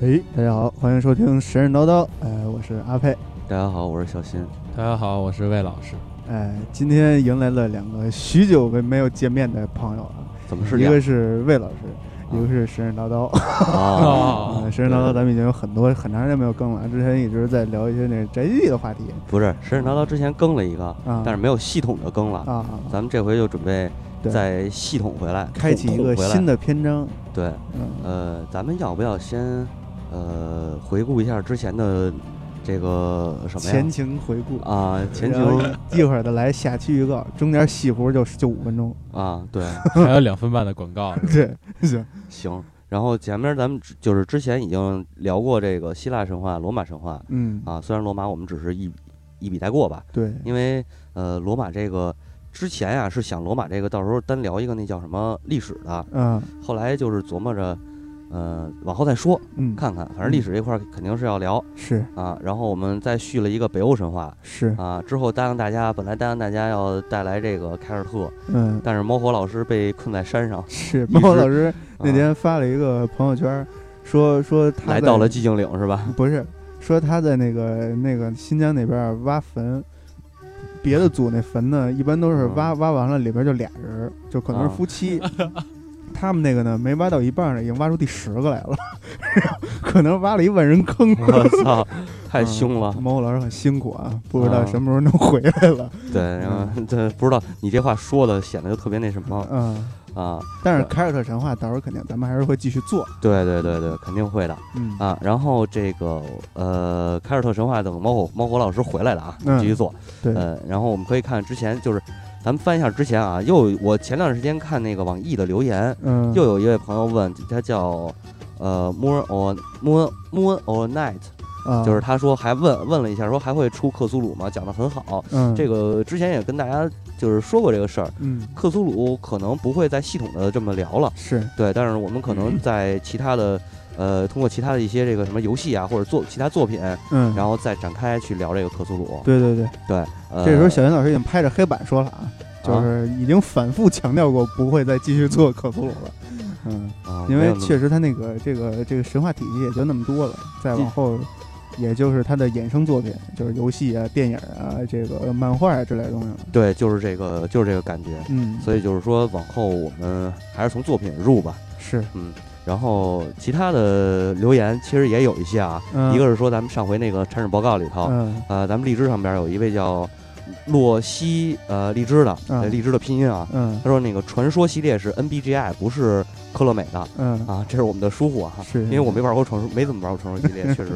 哎，大家好，欢迎收听神神叨叨，哎，我是阿佩，大家好，我是小新。大家好，我是魏老师。哎，今天迎来了两个许久没没有见面的朋友啊，怎么是一两 个是魏老师，一个是神神叨叨，啊？嗯神神叨叨对咱们已经有很多很长时间没有更了，之前一直在聊一些那个宅基地的话题不是，神神叨叨之前更了一个，啊但是没有系统的更了。啊，咱们这回就准备对再系统回来，开启一个新的。的篇章，对，嗯呃，咱们要不要先呃回顾一下之前的这个什么呀前？情回顾。啊，前然后情一会儿的来下期预告，中间戏胡就就五分钟，啊，对， 还有两分半的广告，对，行，行。然后前面咱们只就是之前已经聊过这个希腊神话、罗马神话嗯，啊，虽然罗马我们只是一一笔带过吧，对，因为呃，罗马这个之前呀、是想罗马这个到时候单聊一个那叫什么历史的，嗯后来就是琢磨着，呃，往后再说嗯，看看，反正历史这块儿肯定是要聊是啊。然后我们再续了一个北欧神话是，啊，之后答应大家，本来答应大家要带来这个凯尔特，嗯，但是猫火老师被困在山上，是一猫火直老师那啊天发了一个朋友圈儿，说说他来在到了寂静岭是吧？ 不是说他在那个那个新疆那边儿挖坟，别的组那坟呢，一般都是挖挖完了里边就俩人儿，就可能是啊夫妻。他们那个呢，没挖到一半儿呢，已经挖出第十个来了，可能挖了一万人坑。我操，太凶了！猫火老师很辛苦啊，不知道啊什么时候能回来了。对，然后这不知道你这话说的显得就特别那什么嗯，啊？但是对凯尔特神话到时候肯定咱们还是会继续做。对对对对，肯定会的。嗯啊，然后这个呃，凯尔特神话等猫火猫火老师回来了啊，嗯继续做。对呃，然后我们可以看之前就是，咱们翻一下之前啊，又我前段时间看那个网易的留言，嗯，又有一位朋友问，他叫呃 Moon or Moon Moon or Night，啊就是他说还问问了一下，说还会出克苏鲁吗？讲的很好。嗯这个之前也跟大家就是说过这个事儿，嗯克苏鲁可能不会再系统的这么聊了。是对，但是我们可嗯能在其他的，呃，通过其他的一些这个什么游戏啊，或者做其他作品，嗯，然后再展开去聊这个克苏鲁。对对对，对，呃、这时候小云老师已经拍着黑板说了啊，就是已经反复强调过不会再继续做克苏鲁了。嗯，啊、因没为有那么确实他那个这个这个神话体系也就那么多了，再嗯往后也就是他的衍生作品，就是游戏啊、电影啊、这个漫画啊之类的东西了。对，就是这个就是这个感觉。嗯，所以就是说，往后我们还是从作品入吧。是，然后其他的留言其实也有一些啊，嗯，一个是说咱们上回那个产品报告里头，嗯呃，咱们荔枝上边有一位叫洛西呃荔枝的，嗯呃荔枝的拼音啊，嗯他说那个传说系列是 NBGI，不是科乐美的。嗯，啊，这是我们的疏忽啊，是因为我没玩过传说，没怎么玩过传说系列， 确实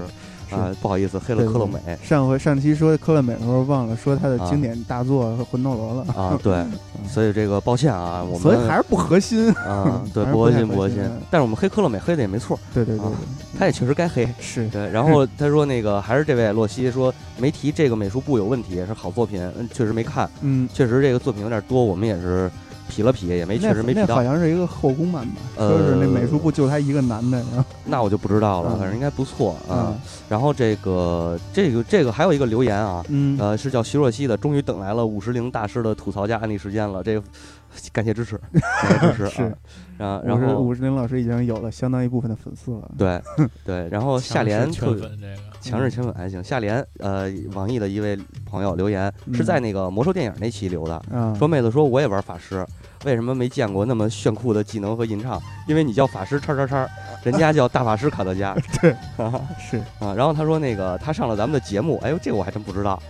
是啊，不好意思，黑了对科乐对美上回上期说克乐美的时候忘了说他的啊经典大作《魂斗罗》了，啊， 对，所以这个抱歉啊，我嗯所以还们是不核心。 啊，对，还是不不恶太心合不恶心心啊，但是我们黑科乐美黑的也没错，对对对啊哎对，他也确实该黑。是对，然后他说那个还是这位洛西说没提这个美术部有问题，是好作品，嗯，确实没看，嗯，确实这个作品有点多，我们也是匹了匹，也没确实没呃那匹那好到，像是一个后宫漫吧，说是那美术部就他一个男的，然后那我就不知道了，嗯反正应该不错啊嗯。然后这个这个这个还有一个留言啊，嗯呃，是叫徐若曦的，终于等来了五十铃大师的吐槽加案例时间了，这个感谢支 持，感谢支持是啊！啊，五然十嗯后啊五十铃老师已经有了相当一部分的粉丝了，对对，然后夏联哦联特嗯圈别粉这个强势圈粉还行，夏联呃，网易的一位朋友留言是嗯在那个魔兽电影那期留的，啊，说妹子说我也玩法师，为什么没见过那么炫酷的技能和吟唱？因为你叫法师叉叉叉，人家叫大法师卡特加 对啊。是啊，然后他说那个他上了咱们的节目，哎呦，这个我还真不知道。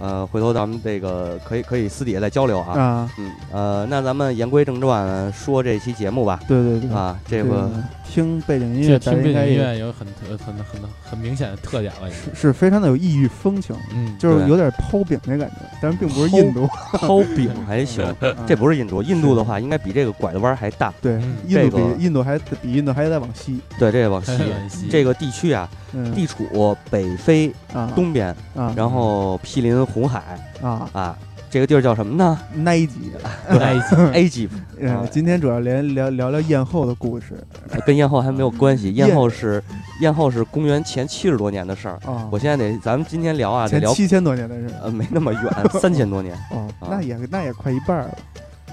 呃，回头咱们这个可以可以私底下再交流啊。啊，嗯，呃，那咱们言归正传，说这期节目吧。对对对，啊，这这个听背景音乐，这大家听背应该景音也乐有很特很很很明显的特点了，已经。是是非常的有异域风情，嗯，就是对有点抛饼那感觉，但是并不是印度，抛饼 还行，啊这不是印度，印度的话应该比这个拐的弯儿还大。对嗯印度这个比印度还比印度还再往西，对，这个往西，这个个地区啊，嗯地处北非啊东边，啊然后毗邻红海啊啊。这个地儿叫什么呢？埃及，埃 及埃及，啊嗯，今天主要聊聊聊聊艳后的故事跟咽后还没有关系。咽咽后是咽后是公元前七十多年的事儿。啊，我现在得，咱们今天聊啊，得前聊七千多年的事。呃没那么远，三千多年。哦，啊那也那也快一半儿了。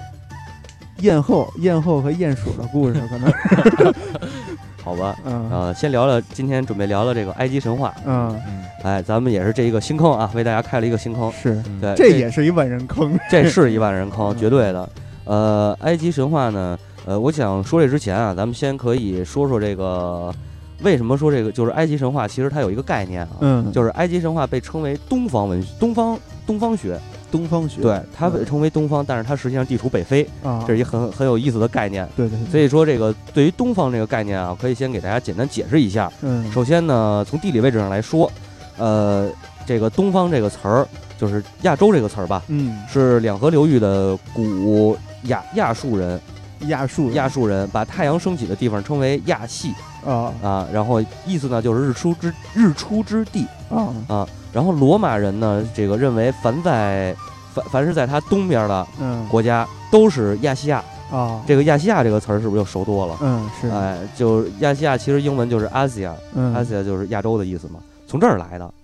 啊艳后、艳后和鼹鼠的故事可能好吧，嗯呃，先聊聊今天准备聊聊这个埃及神话。嗯，嗯，哎，咱们也是这一个新坑啊，为大家开了一个新坑。是，嗯对，这也是一万人坑。这是一万人坑，嗯绝对的。呃，埃及神话呢，呃，我想说这之前啊，咱们先可以说说这个为什么说这个，就是埃及神话，其实它有一个概念啊，嗯，就是埃及神话被称为东方文学、东方东方学，东方学对，它被称为东方，但是它实际上地处北非，嗯啊，这是一很很有意思的概念。对对对，所以说，这个对于东方这个概念啊，可以先给大家简单解释一下。嗯首先呢，从地理位置上来说，呃，这个东方这个词儿，就是亚洲这个词儿吧，嗯，是两河流域的古亚亚述人，亚述亚述人把太阳升起的地方称为亚细啊啊，然后意思呢就是日出之日出之地。啊然后罗马人呢，这个认为凡在凡凡是在它东边的嗯国家都是亚细亚。啊这个亚细亚这个词儿是不是又熟多了？嗯是哎，就是亚细亚，其实英文就是 Asia，Asia、嗯 Asia 就是亚洲的意思嘛，从这儿来的。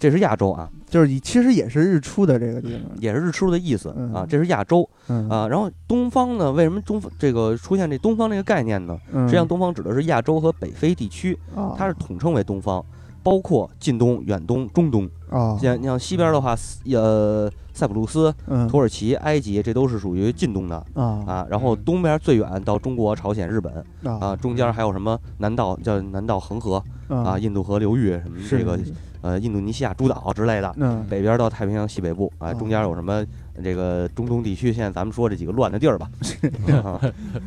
这是亚洲啊，就是以其实也是日出的这个地方也是日出的意思啊嗯，这是亚洲嗯啊。然后东方呢，为什么东方这个出现这东方这个概念呢？嗯实际上，东方指的是亚洲和北非地区，啊它是统称为东方，包括近东、远东、中东。啊像像西边的话，斯呃，塞浦路斯、嗯土耳其、埃及，这都是属于近东的啊啊。然后嗯东边最远到中国、朝鲜、日本啊啊，中间还有什么南道叫南道恒河啊，啊印度河流域什么是这个呃印度尼西亚诸岛之类的。嗯北边到太平洋西北部啊，哦中间有什么呃这个中东地区？现在咱们说这几个乱的 地儿吧，啊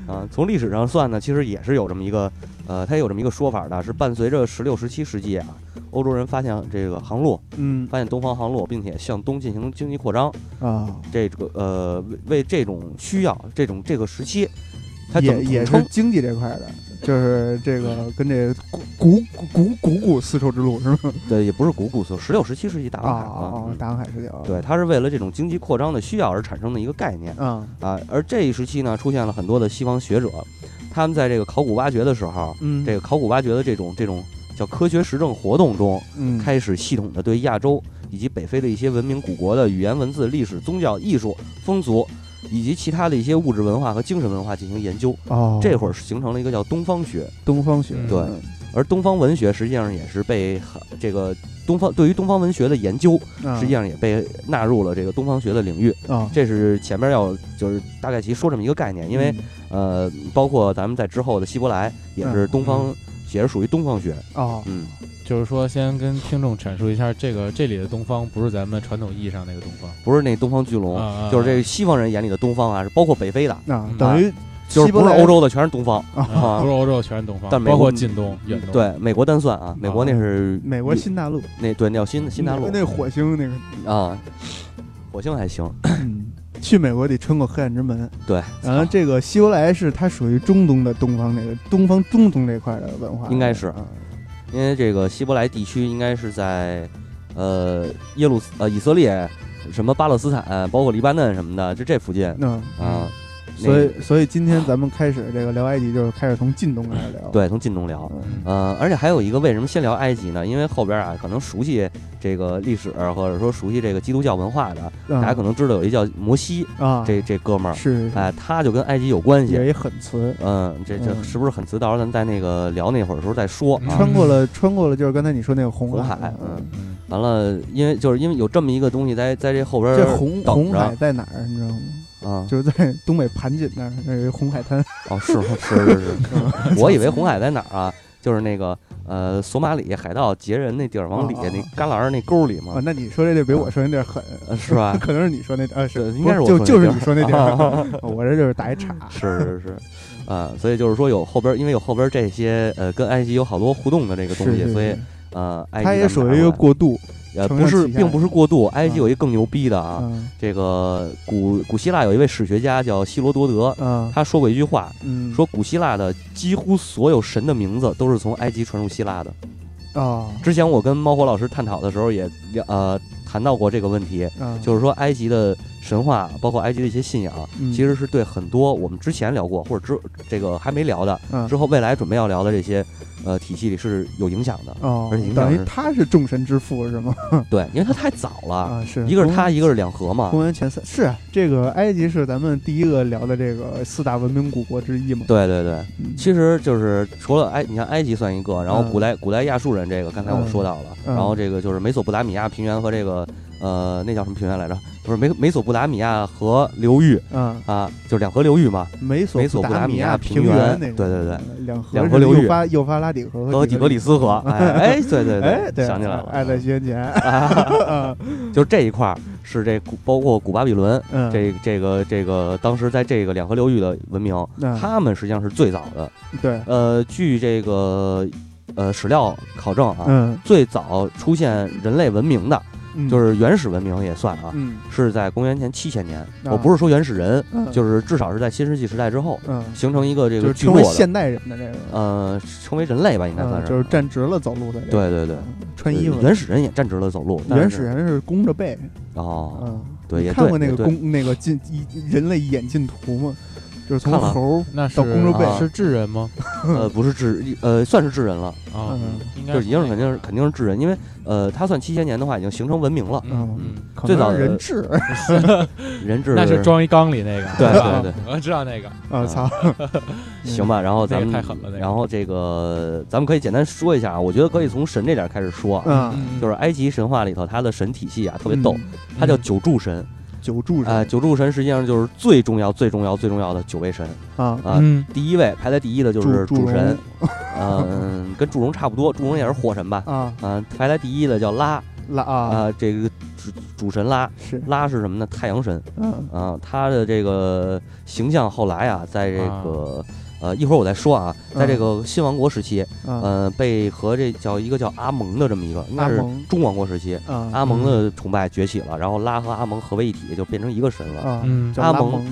啊，从历史上算呢，其实也是有这么一个呃，它有这么一个说法的，是伴随着十六、十七世纪啊，欧洲人发现这个航路，嗯发现东方航路，并且向东进行经济扩张，啊这个呃为为这种需要，这种这个时期，它怎么也也统是称？经济这块的，就是这 个跟这古古古古古丝绸之路是吗？对，也不是古古色，十六、十七世纪大啊航海啊啊，啊嗯，大航海时条对，它是为了这种经济扩张的需要而产生的一个概念。啊啊，而这一时期呢，出现了很多的西方学者，他们在这个考古挖掘的时候，嗯这个考古挖掘的这种这种叫科学实证活动中，嗯开始系统的对亚洲以及北非的一些文明古国的语言、文字、历史、宗教、艺术、风俗，以及其他的一些物质文化和精神文化进行研究。哦这会儿形成了一个叫东方学，东方学嗯对而东方文学实际上也是被很这个东方对于东方文学的研究，嗯实际上也被纳入了这个东方学的领域。上啊这是前面要就是大概其说这么一个概念，因为嗯呃，包括咱们在之后的希伯来也嗯是东方，也是属于东方学。啊嗯，就是说，先跟听众阐述一下，这个这里的东方不是咱们传统意义上那个东方，不是那东方巨龙，嗯哦啊就是这个西方人眼里的东方啊，是包括北非的，那嗯等于就是希伯不是来欧洲的全是东方。啊啊不是欧洲全是东方，但美包括国近东、远东，，对，美国单算啊，美国那是美国新大陆那对那叫嗯新新大陆那火星那个啊，火星还行。嗯，去美国得穿过黑暗之门。对，然后这个希伯来是它属于中东的东方那个东方中东这块的文化，应该是嗯啊因为这个希伯来地区应该是在呃耶路呃以色列。什么巴勒斯坦，呃包括黎巴嫩什么的，就这附近那啊，那嗯所以所以今天咱们开始这个聊埃及，就是开始从近东开始聊。，对，从近东聊。嗯呃，而且还有一个，为什么先聊埃及呢？因为后边啊，可能熟悉这个历史，呃或者说熟悉这个基督教文化的，大家可能知道有一叫摩西嗯啊，这这哥们儿，是哎，他就跟埃及有关也系。一狠词，嗯，这这嗯是不是很词？到时候咱们在那个聊那会儿的时候再说嗯啊。穿过了穿过了，就是刚才你说那个红红海海，啊嗯，嗯，完了，因为就是因为有这么一个东西在在这后边儿这红等红着海在哪儿？你知道吗？啊，就是在东北盘锦那儿那儿有一红海滩。哦，是是是是， 我以为红海在哪儿啊？就是那个呃，索马里海盗劫人那地儿，往里哦哦那哦旮旯儿那沟里啊，嘛，那你说这就比我说那地儿狠，呃是 吧？可能是你说那地儿啊，对是应该是不我就说那就是地儿啊嗯你说那地 儿，哦我这就是打一岔。是是是，啊、所以就是说有后边儿，因为有后边儿这些呃跟埃及有好多互动的这个东西，是是所以是呃，埃及它也咱们属拿于一个过过来渡呃承不上是，启下并不是过渡。埃及嗯有一个更牛逼的啊，嗯这个古古希腊有一位史学家叫希罗多德，嗯他说过一句话，嗯，说古希腊的几乎所有神的名字都是从埃及传入希腊的。啊之前我跟猫火老师探讨的时候也聊呃谈到过这个问题，啊，就是说埃及的神话，包括埃及的一些信仰，嗯其实是对很多我们之前聊过或者之这个还没聊的，嗯之后未来准备要聊的这些呃体系里是有影响的。哦而且，影响等于是他是众神之父是吗？对，因为它太早了，嗯啊，是，一个是公它，一个是两河嘛。公元前三是啊这个埃及是咱们第一个聊的这个四大文明古国之一嘛？对对对，嗯其实就是除了埃，你看埃及算一个，然后嗯古代、古代亚述人这个，刚才我嗯说到了，嗯然后这个就是美索不达米亚平原和这个呃那叫什么平原来着？不是美美索不达米亚河流域啊，啊，就是两河流域嘛，美索美索不达达米亚亚平原原那个，对对对对，两河两是河流域幼发幼发拉底河和底格里斯，斯河。哎 哎，对对哎，对，想起来了，爱在西元前， 啊 就是这一块儿是这古，包括古巴比伦。嗯，这这个这个，当时在这个两河流域的文明，嗯他们实际上是最早的。对，呃，据这个呃史料考证啊，嗯，最早出现人类文明的，嗯就是原始文明也算啊，嗯啊是在公元前七千年。我不是说原始人，嗯啊就是至少是在新世纪时代之后嗯，形成一个这就个是聚成落为的，现代人的这个，呃，成为人类吧，应该嗯，算是。就是站直了走路的这个，对对对，穿衣服。原始人也站直了走路，但原是始人是弓着背，哦，嗯，对，你也看对过那也个对弓那个进一人类演进图吗？就是从看了猴儿那是到啊公主背是智人吗？呃不是智呃算是智人了，啊嗯，应该就是已经是肯定是那个肯定是智人，因为呃他算七千年的话已经形成文明了，嗯嗯嗯，可最早能是的啊人质，人质那是装一缸里那个，对啊 对对，我知道那个，啊操， 行吧，然后咱那们个太狠了，那个，然后这个咱们可以简单说一下啊，我觉得可以从神这点开始说啊，嗯，嗯，嗯就是埃及神话里头它的神体系啊特别逗，嗯，它叫九柱神，九柱啊，人九柱神实际上就是最重要、最重要、最重要的九位神啊，啊。嗯第一位排在第一的就是祝主神融，嗯，跟祝融差不多，祝融也是火神吧？啊啊，排在第一的叫拉拉啊啊，这个主主神拉，是，拉是什么呢？太阳神嗯啊，他的这个形象后来啊，在这个呃一会儿我再说啊，在这个新王国时期，嗯啊呃，被和这叫一个叫阿蒙的这么一个，应该阿是蒙中王国时期，啊阿蒙的崇拜崛起了，然后拉和阿蒙合为一体，就变成一个神了。啊嗯叫阿拉蒙蒙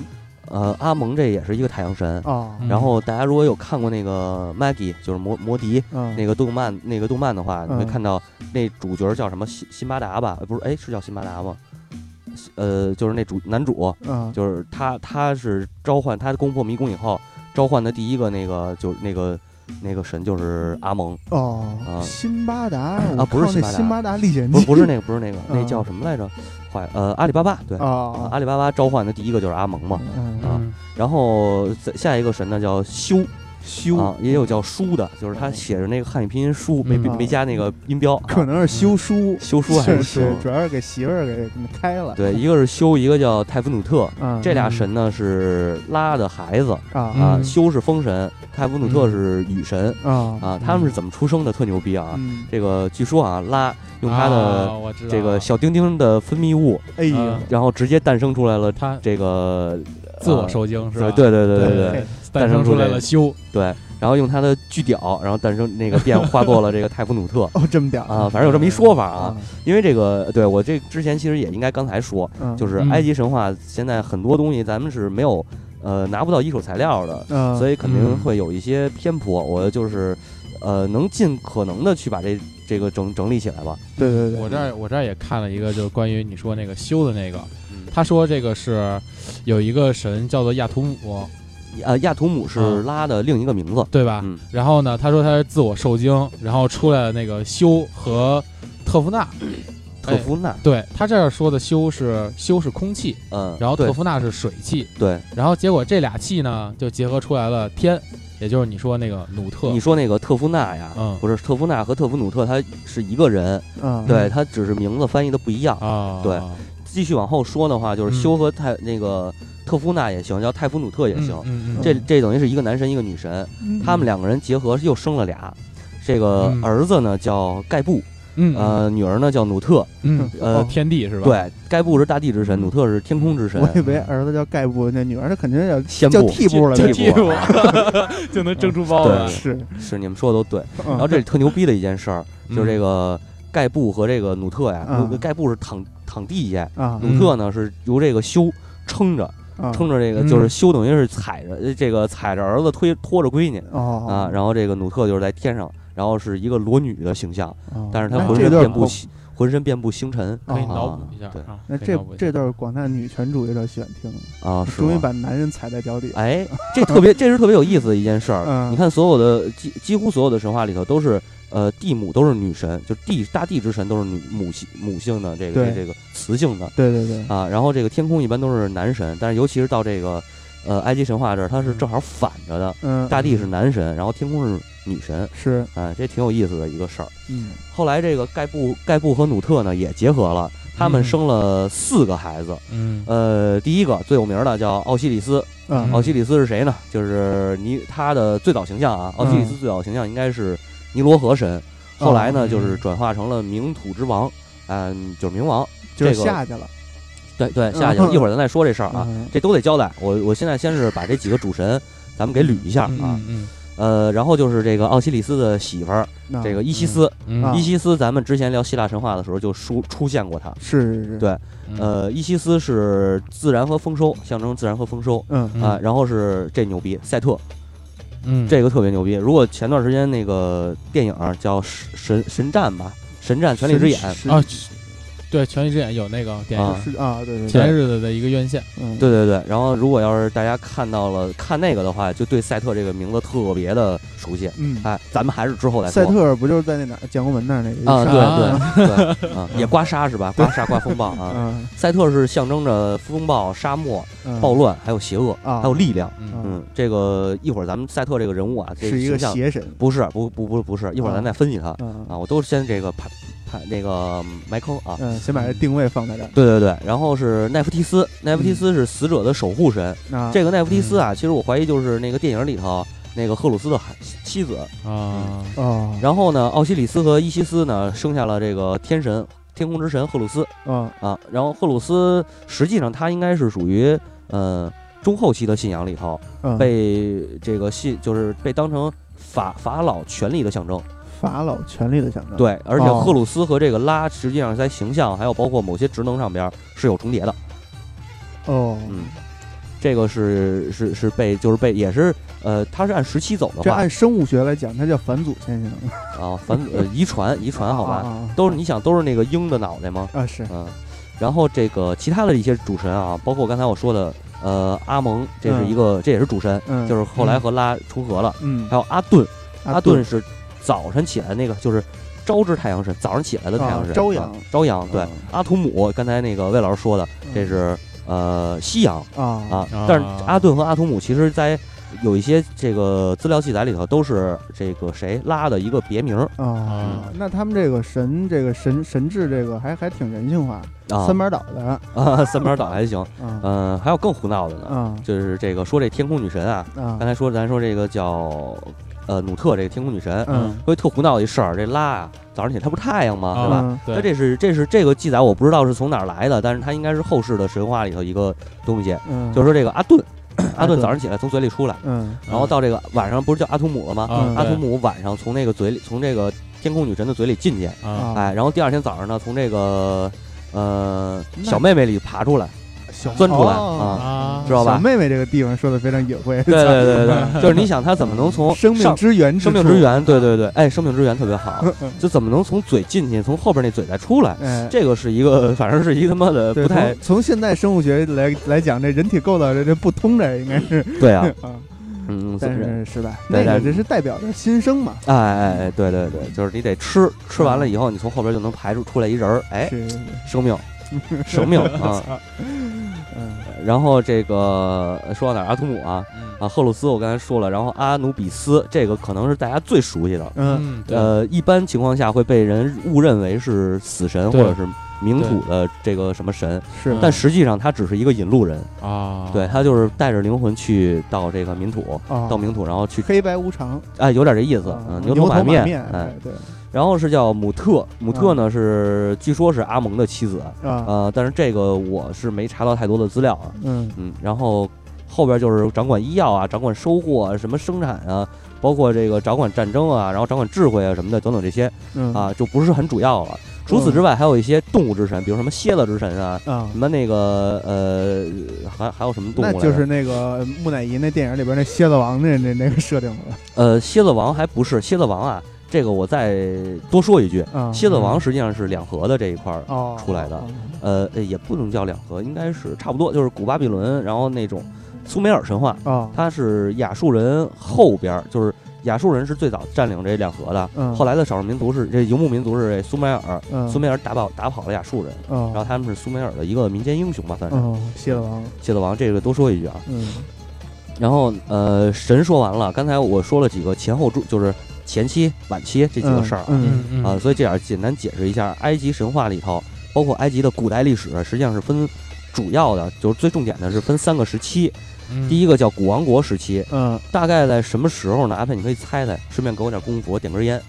呃，阿蒙这也是一个太阳神。啊嗯然后大家如果有看过那个 Maggie，就是摩摩迪嗯那个动漫那个动漫的话，你会嗯看到那主角叫什么辛辛巴达吧？呃不是，哎，是叫辛巴达吗？呃，就是那主男主，啊就是他，他是召唤他攻破迷宫以后召唤的第一个那个就是那个那个神就是阿蒙，啊哦，辛巴达啊不是辛辛巴达辛巴达历险 不记是不是那个不是那个，那嗯叫什么来着？坏呃阿里巴巴对，啊啊阿里巴巴召唤的第一个就是阿蒙嘛。嗯啊嗯然后再下一个神呢叫修修啊，也有叫书的，就是他写着那个汉语拼音书，没嗯啊没加那个音标。可啊能是修书，修 书还是是修？是主要是给媳妇儿给开了，啊对，一个是修，一个叫泰夫努特。嗯，这俩神呢是拉的孩子啊啊，嗯修是风神，泰夫努特是雨神啊啊。他嗯们是怎么出生的？特牛逼啊！嗯，这个据说啊，拉用他啊的我知道这个小丁丁的分泌物，哎呦啊，然后直接诞生出来了他这个自我呃受精是吧？对对对对对对对嘿诞生出来了修，对，然后用他的巨屌，然后诞生那个变化作了这个泰夫努特 哦，这么屌啊，反正有这么一说法啊。，因为这个，对我这之前其实也应该刚才说，嗯就是嗯埃及神话现在很多东西咱们是没有呃拿不到一手材料的，嗯，所以肯定嗯会有一些偏颇。我就是呃能尽可能的去把这这个整整理起来吧。对对对，我这儿我这儿也看了一个，就是关于你说那个修的那个嗯，他说这个是有一个神叫做亚图姆，呃，亚图姆是嗯拉的另一个名字，对吧？嗯然后呢，他说他是自我受精，然后出来了那个修和特夫纳，哎特夫纳，对他这儿说的修是修是空气，嗯，然后对特夫纳是水气，对，然后结果这俩气呢就结合出来了天，也就是你说那个努特你，说那个特夫纳呀，嗯不是特夫纳和特夫努特，他是一个人，嗯，对，他只是名字翻译的不一样。啊，对继续往后说的话，就是嗯修和泰那个特夫纳也行，叫泰夫努特也嗯行。嗯嗯这这等于是一个男神一个女神，嗯他们两个人结合又生了俩。这个嗯儿子呢叫盖布，嗯呃，女儿呢叫努特。嗯呃哦天地是吧？，对，盖布是大地之神，努特是天空之神我。以为儿子叫盖部，那女儿她肯定叫先叫布替部了，替对替部 就能蒸出包对了。是，嗯是你们说的都对。然然后这里特牛逼的一件事儿，嗯就是这个盖布和这个努特呀，嗯努盖布是躺躺地下，啊努特呢是由这个修撑着，啊嗯撑着这个嗯就是修等于是踩着呃这个踩着儿子推拖着闺女啊哦啊，然后这个努特就是在天上，然后是一个裸女的形象，哦但是她那浑这身段遍布广血浑身遍布星辰可以哦脑补一下对啊。那可以这脑补一下这段广大女权主义者喜欢听了，啊，是终于吗把男人踩在脚底了。哎，这 特别，这是特别有意思的一件事儿。嗯你看，所有的几几乎所有的神话里头都是，呃，地母都是女神，就地大地之神都是女母性母性的这个对这个雌性的对对对，啊。然后这个天空一般都是男神，但是尤其是到这个，呃，埃及神话这儿，它是嗯正好反着的，嗯，大地是男神，然后天空是女神，是，啊，这挺有意思的一个事儿。嗯，后来这个盖布盖布和努特呢也结合了，他们嗯生了四个孩子，嗯呃，第一个最有名儿的叫奥西里斯，啊嗯奥西里斯是谁呢？就是尼他的最早形象啊，嗯奥西里斯最早形象应该是尼罗河神，哦后来呢就是嗯转化成了冥土之王，嗯，就是冥王。就是这个下去了对对，下去 嗯一会儿咱再说这事儿啊，嗯这都得交代。我我现在先是把这几个主神咱们给捋一下啊，嗯呃，然后就是这个奥西里斯的媳妇儿，那这个伊西斯，嗯啊伊西斯咱们之前聊希腊神话的时候就出出现过她。是是是，对嗯呃，伊西斯是自然和丰收，象征自然和丰收嗯啊。然后是这牛逼，赛特，嗯这个特别牛逼。如果前段时间那个电影儿叫《神神神战》吧，《神战：权力之眼》，是啊，对《权力之眼》有那个电啊影，是啊，对对前对，日子的一个院线，嗯，对对对。然后如果要是大家看到了看那个的话，就对赛特这个名字特别的熟悉。嗯，哎，咱们还是之后再赛说。特不就是在那哪儿建国门那儿那个啊，山对啊对对，啊，也刮痧 是吧？刮痧刮风暴啊。嗯赛特是象征着风暴、沙漠、嗯暴乱，还有邪恶，啊还有力量。嗯嗯，这个一会儿咱们赛特这个人物啊，这是一个形象邪神，不是，不不不不是，一会儿咱再分析他嗯啊。我都是先这个排排那个埋坑啊。嗯，先把这定位放在这儿，对对对，然后是奈夫提斯，奈夫提嗯斯是死者的守护神。那这个奈夫提斯嗯啊，其实我怀疑就是那个电影里头那个赫鲁斯的孩妻子。啊，哦然后呢，奥西里斯和伊西斯呢生下了这个天神、天空之神赫鲁斯哦啊。然后赫鲁斯实际上他应该是属于呃中后期的信仰里头嗯，被这个信就是被当成法法老权力的象征。法老权力的象征，，对，而且哦赫鲁斯和这个拉实际上在形象还有包括某些职能上边儿是有重叠的。哦，嗯，这个是是是被就是被也是呃，他是按时期走的这话按生物学来讲，它叫返祖现象，啊，反呃遗传遗传 好吧，吧，都是你想都是那个鹰的脑袋吗？啊是，嗯，然后这个其他的一些主神啊，包括刚才我说的呃阿蒙，这是一个这也是主神，嗯，就是是后来和拉重合了，嗯啊还，有阿顿，阿阿顿是早晨起来那个就是。朝之太阳神，早上起来的太阳神，啊朝啊阳朝阳，对嗯，阿图姆，刚才那个魏老师说的，这嗯是呃夕阳，啊啊，但是啊阿顿和阿图姆其实，在有一些这个资料记载里头，都是这个谁拉的一个别名儿啊，那他们这个神这个神神智这个还还挺人性化，啊，三班倒的，啊，三班倒还行，啊嗯，还有更胡闹的呢，啊就是这个说这天空女神啊，啊刚才说咱说这个叫呃努特这个天空女神，嗯会特胡闹一事儿，这拉啊，早上起来她啊不是太阳吗？对吧？嗯啊对那这是这是这个记载，我不知道是从哪儿来的，但是它应该是后世的神话里头一个东西，嗯，就是是说这个阿顿，阿阿顿顿早上起来从嘴里出来，嗯然后到这个晚上不是叫阿图姆了吗？啊阿图姆晚上从那个嘴里，从这个天空女神的嘴里进去，啊，哎，然后第二天早上呢，从这个呃那小妹妹里爬出来，小钻出来哦啊，啊知道吧小妹妹这个地方说的非常隐晦，对对对对， 就是你想她怎么能从生命上之啊嗯源，生命之，源，对对对，哎，生命之源特别好，就怎么能从嘴进去，从后边那嘴再出来？哎，这个是一个，反正是一他妈的对不太从从现代生物学来来讲，这人体构造这这不通这应该 是对啊， 啊，嗯，但怎么是是吧？那对个但这是代表着新生嘛，哎哎哎，对对对，就是你得吃，吃完了以后，你从后边就能排出出来一人儿，哎，是，生命，生命啊。嗯然后这个说到哪儿？阿图姆啊，嗯啊，赫鲁斯我刚才说了，然后阿努比斯这个可能是大家最熟悉的，嗯嗯，对，呃，一般情况下会被人误认为是死神或对者是冥土的这个什么神，是，但实际上他只是一个引路人，啊，对他就是带着灵魂去到这个冥土，啊到冥土然后去，黑白无常，哎，有点这意思啊，嗯，牛头马面，哎，对然后是叫姆特，姆嗯特呢是据说是阿蒙的妻子，对啊，呃，但是这个我是没查到太多的资料啊，嗯嗯，然后后边就是掌管医药啊，掌管收获啊，什么生产啊，包括这个掌管战争啊，然后掌管智慧啊什么的等等这些嗯啊，就不是很主要了。除此之外，还有一些动物之神，比如什么蝎子之神啊，啊什，么那个呃，还还有什么动物那来着？就是那个木乃伊那电影里边那蝎子王那那那个设定了，呃，蝎子王还不是蝎子王啊，这个我再多说一句，啊，蝎子王实际上是两河的这一块儿，哦出来的哦呃，诶也不能叫两河，应该是差不多，就是古巴比伦，然后那种苏美尔神话，哦，它是亚述人后边儿，就是亚述人是最早占领这两河的，嗯后来的少数民族是这游牧民族是这苏美尔，嗯，苏美尔打跑打跑了亚述人，哦，然后他们是苏美尔的一个民间英雄吧，算是哦，蝎子王，蝎子王，这个多说一句啊。嗯然后呃，神说完了，刚才我说了几个前后注，就是前期、晚期这几个事儿啊。嗯嗯啊，所以这样简单解释一下，埃及神话里头，包括埃及的古代历史，实际上是分主要的，就是最重点的是分三个时期。嗯第一个叫古王国时期，嗯，大概在什么时候呢？阿佩，你可以猜猜，顺便给我点功夫，我点根烟。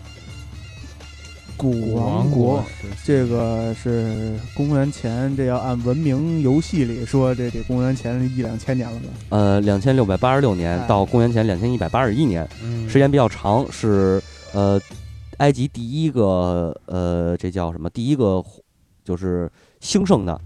古王国国。这个是公元前，这要按文明游戏里说，这得公元前一两千年了吧？呃，两千六百八十六年哎到公元前两千一百八十一年，嗯时间比较长，是呃，埃及第一个呃，这叫什么？第一个就是兴盛的，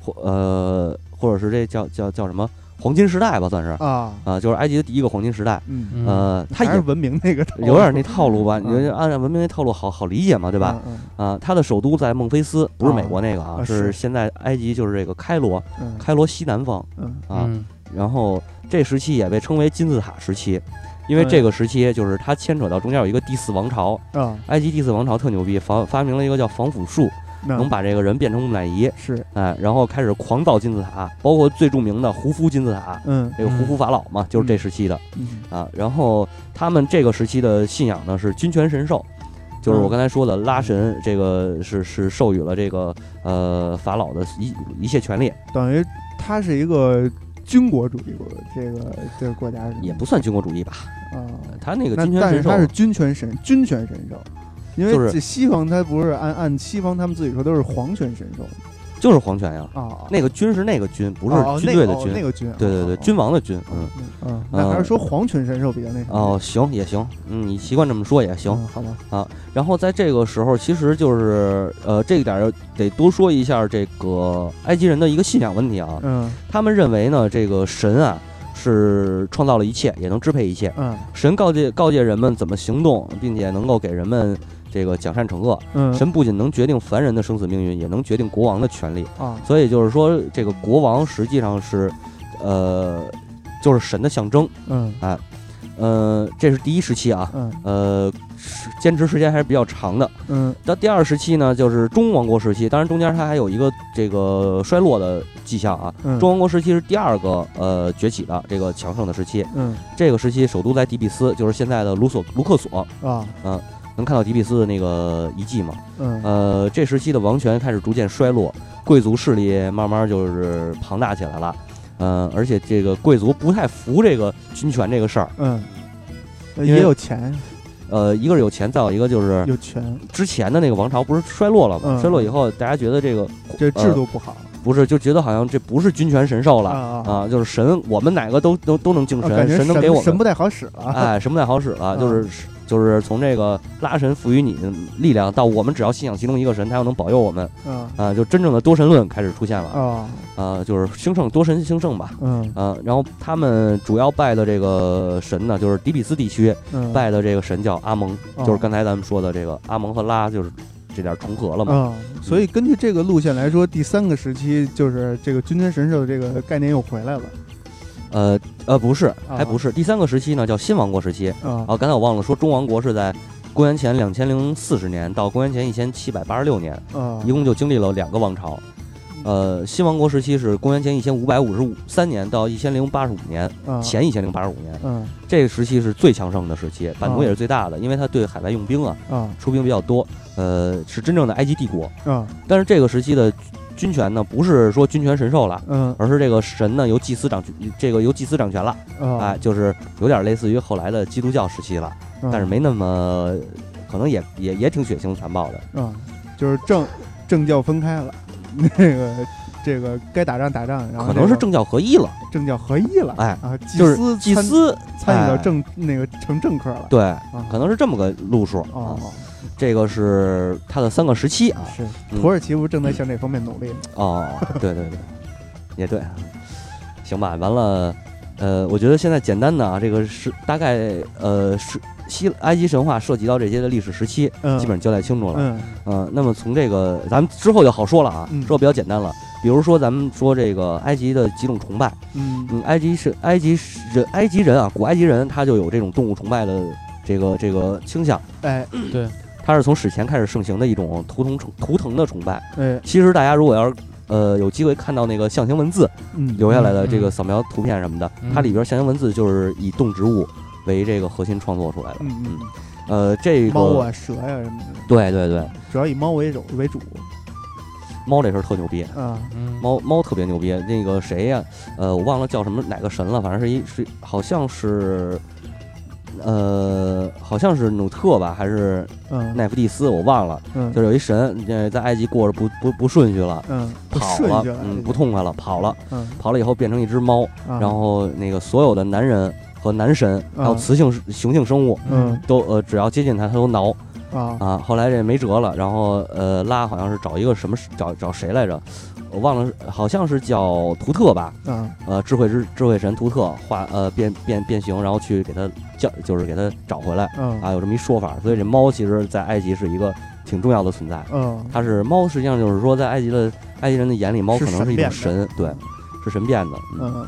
或呃，或者是这叫叫叫什么黄金时代吧，算是啊、啊，就是埃及的第一个黄金时代。嗯，嗯呃，它还是也文明那个套路有点那套路吧，嗯你就按照文明那套路好好理解嘛，对吧？？嗯啊、它的首都在孟菲斯，不是美国那个啊，啊是是现在埃及就是这个开罗，嗯开罗西南方嗯啊。嗯然后这时期也被称为金字塔时期，因为这个时期就是它牵扯到中间有一个第四王朝，嗯啊，埃及第四王朝特牛逼，防发明了一个叫防腐术，那能把这个人变成木乃伊，是哎，然后开始狂造金字塔，包括最著名的胡夫金字塔，嗯这个胡夫法老嘛，就是这时期的嗯啊。然后他们这个时期的信仰呢是君权神授。嗯就是我刚才说的拉神，这个是是授予了这个呃法老的一一切权利，等于它是一个军国主义国，这个这个国家是也不算军国主义吧？啊，他那个那君权但神是授它是军权神军权神授，因为就是这西方它不是按按西方他们自己说都是皇权神授就是皇权呀，啊，那个军是那个军，不不是军队的军。哦那个军，对对对，哦君王的君。嗯，嗯嗯，那还是说皇权神授比较那什么哦，行也行，嗯，你习惯这么说也行。嗯好吧，然后在这个时候，其实就是呃，这一点儿得多说一下这个埃及人的一个信仰问题啊。嗯他们认为呢，这个神啊是创造了一切，也能支配一切。嗯神告诫告诫人们怎么行动，并且能够给人们这个奖善惩恶。嗯，神不仅能决定凡人的生死命运，也能决定国王的权利。啊所以就是说，这个国王实际上是，呃，就是神的象征。嗯呃，这是第一时期啊，嗯呃，是坚持时间还是比较长的。嗯到第二时期呢，就是中王国时期，当然中间它还有一个这个衰落的迹象啊。嗯，中王国时期是第二个呃崛起的这个强盛的时期，嗯这个时期首都在底比斯，就是现在的卢索卢克索，啊能看到底比斯的那个遗迹吗？嗯呃，这时期的王权开始逐渐衰落，贵族势力慢慢就是庞大起来了。嗯，而且这个贵族不太服这个军权这个事儿。嗯，呃因为也有钱呃，一个是有钱，再有一个就是有权，之前的那个王朝不是衰落了吗？嗯衰落以后，大家觉得这个这制度不好不是，就觉得好像这不是君权神呃授了啊啊就是神，我们哪个都都都能敬啊神，感觉能给我神们，不太好使了， 哎，什么太好使了，嗯就是就是从这个拉神赋予你的力量，到我们只要信仰其中一个神，他又能保佑我们，嗯啊、就真正的多神论开始出现了，啊、啊就是兴盛多神兴盛吧。嗯啊，然后他们主要拜的这个神呢，就是底比斯地区嗯，拜的这个神叫阿蒙，哦就是刚才咱们说的这个阿蒙和拉，就是这点重合了嘛。嗯，所以根据这个路线来说，第三个时期就是这个君权神授的这个概念又回来了呃呃，不是，哦还不是。第三个时期呢，叫新王国时期。啊啊，刚才我忘了说，中王国是在公元前两千零四十年到公元前一千七百八十六年，啊一共就经历了两个王朝。嗯呃，新王国时期是公元前一千五百五十五三年到一千零八十五年，啊前一千零八十五年，嗯这个时期是最强盛的时期，版图哦也是最大的，因为它对海外用兵啊，啊出兵比较多，呃，是真正的埃及帝国。啊但是这个时期的军权呢，不是说军权神授了，嗯而是这个神呢由祭司掌这个由祭司掌权了，啊哎，，就是有点类似于后来的基督教时期了，嗯但是没那么，可能也也也挺血腥残暴的。嗯，就是政政教分开了，那个这个该打仗打仗，然后可能是这个政教合一了，政教合一了，哎啊，祭就是司祭参司参与到哎政那个成政科了，对，啊可能是这么个路数啊哦。这个是它的三个时期啊。是嗯土耳其不是正在向这方面努力吗？嗯哦，对对 对，也对，行吧。完了，呃，我觉得现在简单的啊，这个是大概呃是希埃及神话涉及到这些的历史时期，嗯，基本上交代清楚了。嗯嗯，那么从这个咱们之后就好说了啊，嗯之后比较简单了。比如说咱们说这个埃及的几种崇拜，嗯嗯，埃及是埃及是人埃及人啊，古埃及人他就有这种动物崇拜的这个这个倾向，哎他是从史前开始盛行的一种图腾崇图腾的崇拜。哎其实大家如果要是呃有机会看到那个象形文字嗯留下来的嗯这个扫描图片什么的，它里边象形文字就是以动植物为这个核心创作出来的。嗯嗯呃，这嗯，猫个啊蛇呀什么的，对对对，主要以猫为主为主猫这事儿特牛逼。啊，嗯，猫猫特别牛逼，那个谁呀、呃，我忘了叫什么哪个神了，反正是一是好像是，呃，好像是努特吧，还是嗯奈夫蒂斯，我忘了，嗯就是有一神，呃，在埃及过着不不不顺序了，嗯，不跑顺了序，了，嗯，不痛快了，跑了，嗯，跑了以后变成一只猫，啊然后那个所有的男人和男神，还有嗯雌性雄性生物。嗯都呃，只要接近它，它都挠啊啊。后来这没辙了，然后呃，拉好像是找一个什么找找谁来着，我忘了，好像是叫图特吧，啊呃，智慧之智慧神图特化呃变变变形，然后去给它叫，就是给它找回来嗯啊，有这么一说法。所以这猫其实，在埃及是一个挺重要的存在。嗯它是猫，实际上就是说，在埃及的埃及人的眼里，猫是可能是一种神，神变对的，是神变的。嗯。嗯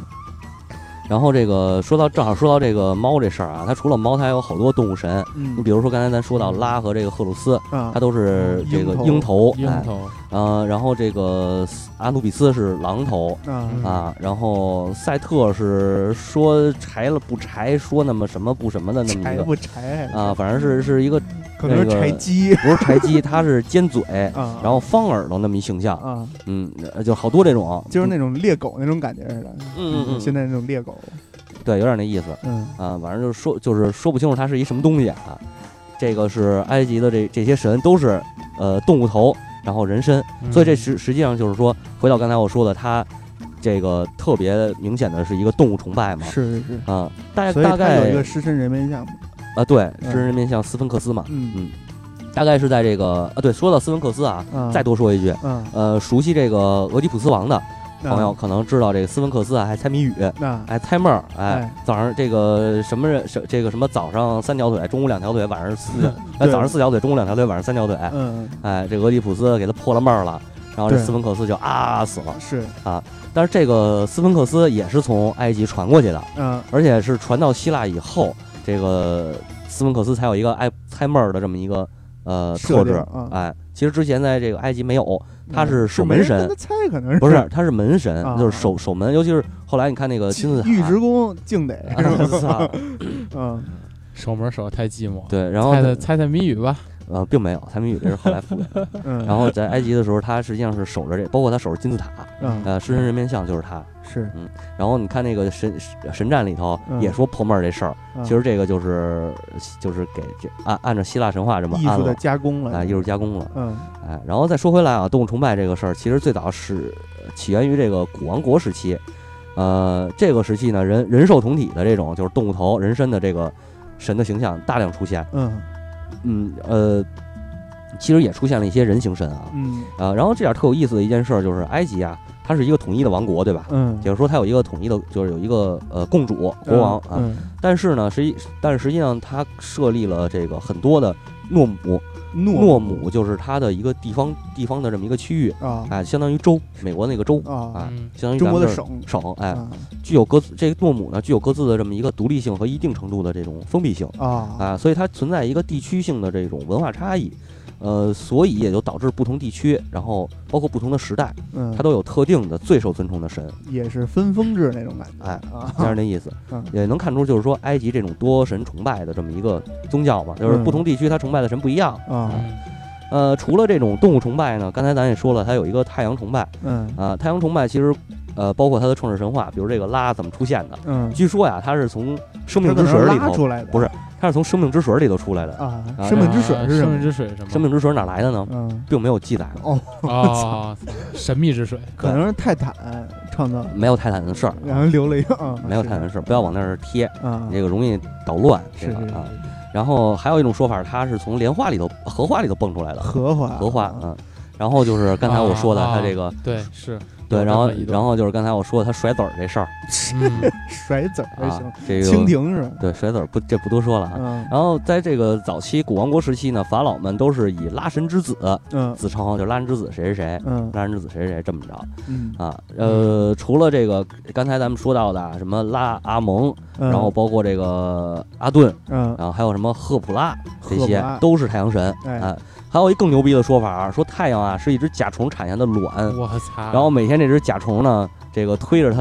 然后这个说到正好说到这个猫这事儿啊，它除了猫，它还有好多动物神。你嗯比如说刚才咱说到拉和这个赫鲁斯，啊它都是这个鹰鹰头，鹰哎，头，呃，然后这个阿努比斯是狼头，啊啊，然后赛特是说柴了不柴，说那么什么不什么的那么一柴个不柴啊，反正是是一个可能是那个柴鸡不是柴鸡，它是尖嘴，啊，然后方耳朵那么一形象，啊嗯，呃就好多这种，就是那种猎狗那种感觉似的，嗯嗯嗯现在那种猎狗，对，有点那意思嗯啊，反正就是说就是说不清楚它是一什么东西啊。这个是埃及的这这些神都是呃动物头，然后人身，嗯所以嗯这实实际上就是说，回到刚才我说的，它这个特别明显的是一个动物崇拜嘛。嗯是是啊，大是，所以大它概嗯有一个狮身人面像嘛，啊，对，嗯狮身人面像斯芬克斯嘛，嗯大概是在这个啊，对，说到斯芬克斯啊，啊再多说一句，嗯呃，熟悉这个俄狄浦斯王的啊朋友可能知道，这个斯芬克斯啊，还猜谜语，那还猜梦儿，哎哎，早上这个什么人，什这个什么早上三条腿，中午两条腿，晚 上四条，哎，对早上四条腿，中午两条腿，晚上三条腿，嗯哎，这俄狄浦斯给他破了帽了。然后这对斯芬克斯就啊死了，是但是这个斯芬克斯也是从埃及传过去的，嗯而且是传到希腊以后，这个斯芬克斯才有一个爱猜闷儿的这么一个呃特设定质。啊哎，其实之前在这个埃及没有，他是守没门人神跟他猜可能是不是，他是门神，啊就是守守门。尤其是后来你看那个金字塔，啊尉迟恭敬得是吧？我操嗯守门守得太寂寞，，对，然后猜猜猜猜谜语吧，呃，并没有，猜谜语这是后来附的。 嗯，然后在埃及的时候，他实际上是守着这，包括他守着金字塔，嗯呃，狮身人面像就是他。是然后你看那个神神战里头嗯也说破闷儿这事儿，嗯其实这个就是就是给这按按照希腊神话这么艺按术的了加工啊，了艺，术加工了。嗯哎，然后再说回来啊，动物崇拜这个事儿，其实最早是起源于这个古王国时期。呃，这个时期呢，人人兽同体的这种就是动物头人身的这个神的形象大量出现。嗯嗯，呃，其实也出现了一些人形神啊。嗯啊，然后这点儿特有意思的一件事儿就是，埃及啊，它是一个统一的王国，对吧？嗯，也就是说，它有一个统一的，就是有一个呃共主国王啊。嗯，但是呢，实际但是实际上，它设立了这个很多的诺姆诺诺姆就是它的一个地方地方的这么一个区域，啊哎，相当于州，美国那个州，啊，啊嗯相当于中咱国们的这儿省省，哎，啊具有各自这个诺姆呢具有各自的这么一个独立性和一定程度的这种封闭性啊啊，所以它存在一个地区性的这种文化差异。呃，所以也就导致不同地区，然后包括不同的时代，嗯，它都有特定的最受尊崇的神，也是分封制那种感觉，哎啊这样的意思嗯，也能看出就是说埃及这种多神崇拜的这么一个宗教嘛，就是嗯不同地区它崇拜的神不一样。啊嗯呃，除了这种动物崇拜呢，刚才咱也说了，它有一个太阳崇拜，嗯啊，太阳崇拜其实，呃，包括它的创世神话，比如这个拉怎么出现的？嗯，据说呀，它是从生它命可之能是水里拉头，出来的，不是它是从生命之水里头出来的。啊啊，生命之水啊是什生命么？之水是什么？生命之水哪来的呢？嗯，并没有记载，哦， 啊，神秘之水，可能是泰坦创造的，没有泰坦的事儿，然后留了一个啊， 没有是泰坦的事儿，不要往那儿贴，啊你，这个容易捣乱。这是个是啊。是然后还有一种说法，它是从莲花里头、荷花里头蹦出来的，荷花荷花啊。然后就是刚才我说的，啊它这个对，是对，然后有这么一段 然后就是刚才我说的，它甩籽儿这事儿，嗯甩子儿还哎行啊，，这个蜻蜓是吧？对甩子儿不这不多说了啊。嗯然后在这个早期古王国时期呢，法老们都是以拉神之子嗯自称，就是拉神之子谁谁谁，嗯拉神之子谁谁谁这么着嗯，啊。呃，除了这个刚才咱们说到的啊什么拉阿蒙，然然后包括这个阿顿，嗯然后还有什么赫普拉这赫普些拉都是太阳神。哎啊，还有一更牛逼的说法啊，说太阳啊是一只甲虫产下的啊卵，我操！然后每天这只甲虫呢，这个推着它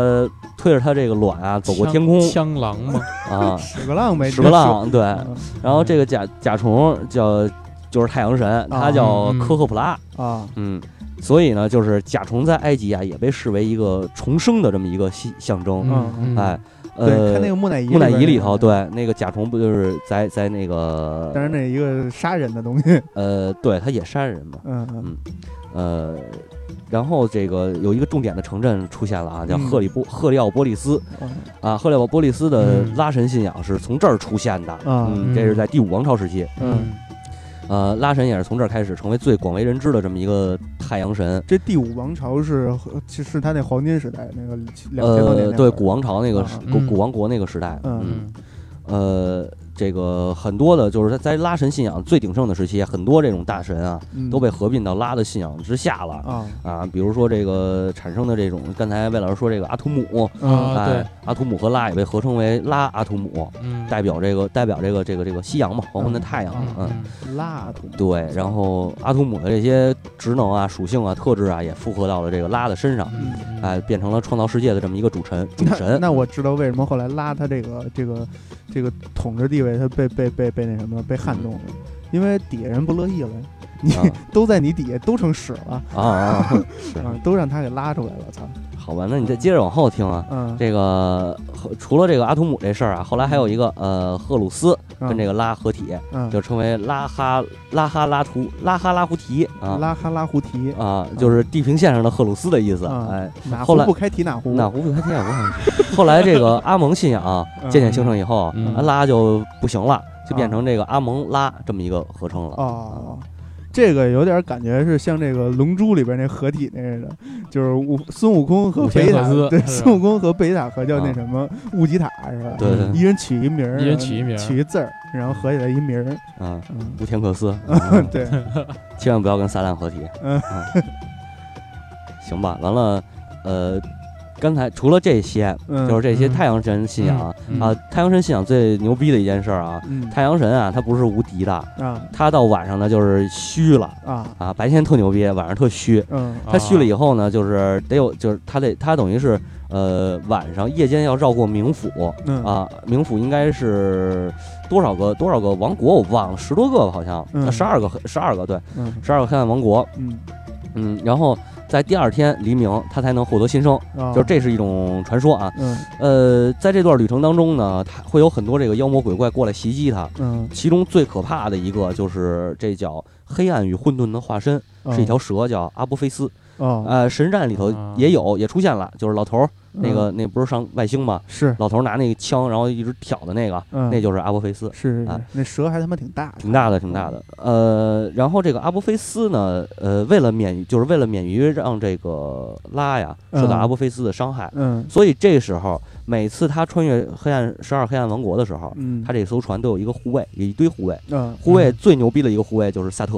推着它这个卵啊走过天空枪狼吗？啊，屎壳郎呗，屎壳郎哎对，嗯然后这个甲甲虫叫就是太阳神，它叫嗯科赫普拉，啊嗯，所以呢，就是甲虫在埃及啊也被视为一个重生的这么一个象象征，嗯哎，，对，看那呃个。啊木乃伊，木乃伊里头，，对那个甲虫不就是在在那个但是那一个杀人的东西，呃，对，它也杀人嘛，嗯嗯呃，然后这个有一个重点的城镇出现了啊，叫嗯赫里波、赫里奥波利斯嗯啊，赫里奥波利斯的嗯拉神信仰是从这儿出现的，啊嗯，这是在第五王朝时期，嗯，呃，拉神也是从这儿开始成为最广为人知的这么一个太阳神。这第五王朝是和其实他那黄金时代那个两千多年那，呃会儿，啊对，古王朝那个时古嗯古王国那个时代，嗯嗯呃，这个很多的，就是在拉神信仰最鼎盛的时期，很多这种大神啊，嗯都被合并到拉的信仰之下了啊啊。比如说这个产生的这种，刚才魏老师说这个阿图姆，啊啊哎对，阿图姆和拉也被合称为拉阿图姆，嗯，代表这个代表这个这个这个夕阳嘛，黄昏的太阳嘛，嗯。嗯蜡土对，然后阿图姆的这些职能啊、属性啊、特质啊，也附合到了这个拉的身上，嗯，哎，变成了创造世界的这么一个主神主那神。那我知道为什么后来拉他这个这个这个统治地位，他被被被被那什么被撼动了，因为底下人不乐意了，你、啊都在你底下都成屎了啊啊，啊是啊，都让他给拉出来了，操，好吧，那你再接着往后听啊。嗯，这个和除了这个阿图姆这事儿啊，后来还有一个呃赫鲁斯跟这个个拉合体，嗯就称为拉哈拉哈拉图拉哈拉胡提啊嗯拉哈拉胡提，啊，就是地平线上的赫鲁斯的意思。啊哎，哪后壶来不开提哪壶，那胡啊不开天眼光好像是。后来这个阿蒙信仰啊嗯啊渐渐形成以后，嗯安拉就不行了，就变成这个阿蒙拉这么一个合称了。哦。这个有点感觉是像这个《龙珠》里边那合体那似的，就是悟孙悟空和武天贝塔赫兹，对，是吧孙悟空和贝塔合叫那啊什么悟吉塔是吧？对嗯对，一人取一名儿，一人取一名儿取一字儿，然后合起来一名儿。啊，嗯，无天克斯，嗯对， 千万不要跟撒旦合体。嗯啊，行吧，完了，呃，刚才除了这些，嗯，就是这些嗯太阳神信仰啊嗯嗯啊，太阳神信仰最牛逼的一件事儿啊，嗯太阳神啊，他不是无敌的，啊他到晚上呢就是虚了啊啊，白天特牛逼，晚上特虚。嗯啊他虚了以后呢，就是得有，就是他得他等于是，呃，晚上夜间要绕过冥府嗯啊，冥府应该是多少个多少个王国我忘了，十多个吧好像，嗯十二个十二个对，嗯十二个黑暗王国，嗯嗯，然后在第二天黎明他才能获得新生，啊，就是这是一种传说啊，嗯呃，在这段旅程当中呢，他会有很多这个妖魔鬼怪过来袭击他。嗯其中最可怕的一个就是这叫黑暗与混沌的化身，嗯是一条蛇，叫阿波菲斯。哦呃，神战里头啊也有，也出现了，就是老头儿那个嗯那不是上外星吗？是老头儿拿那个枪，然后一直挑的那个，嗯那就是阿波菲斯，是啊是那蛇还他妈挺大的，挺大的，挺大的。呃，然后这个阿波菲斯呢，呃，为了免于就是为了免于让这个拉呀受到嗯阿波菲斯的伤害，嗯所以这时候每次他穿越黑暗十二黑暗王国的时候，嗯，他这艘船都有一个护卫，有一堆护卫。嗯护卫最牛逼的一个护卫就是萨特，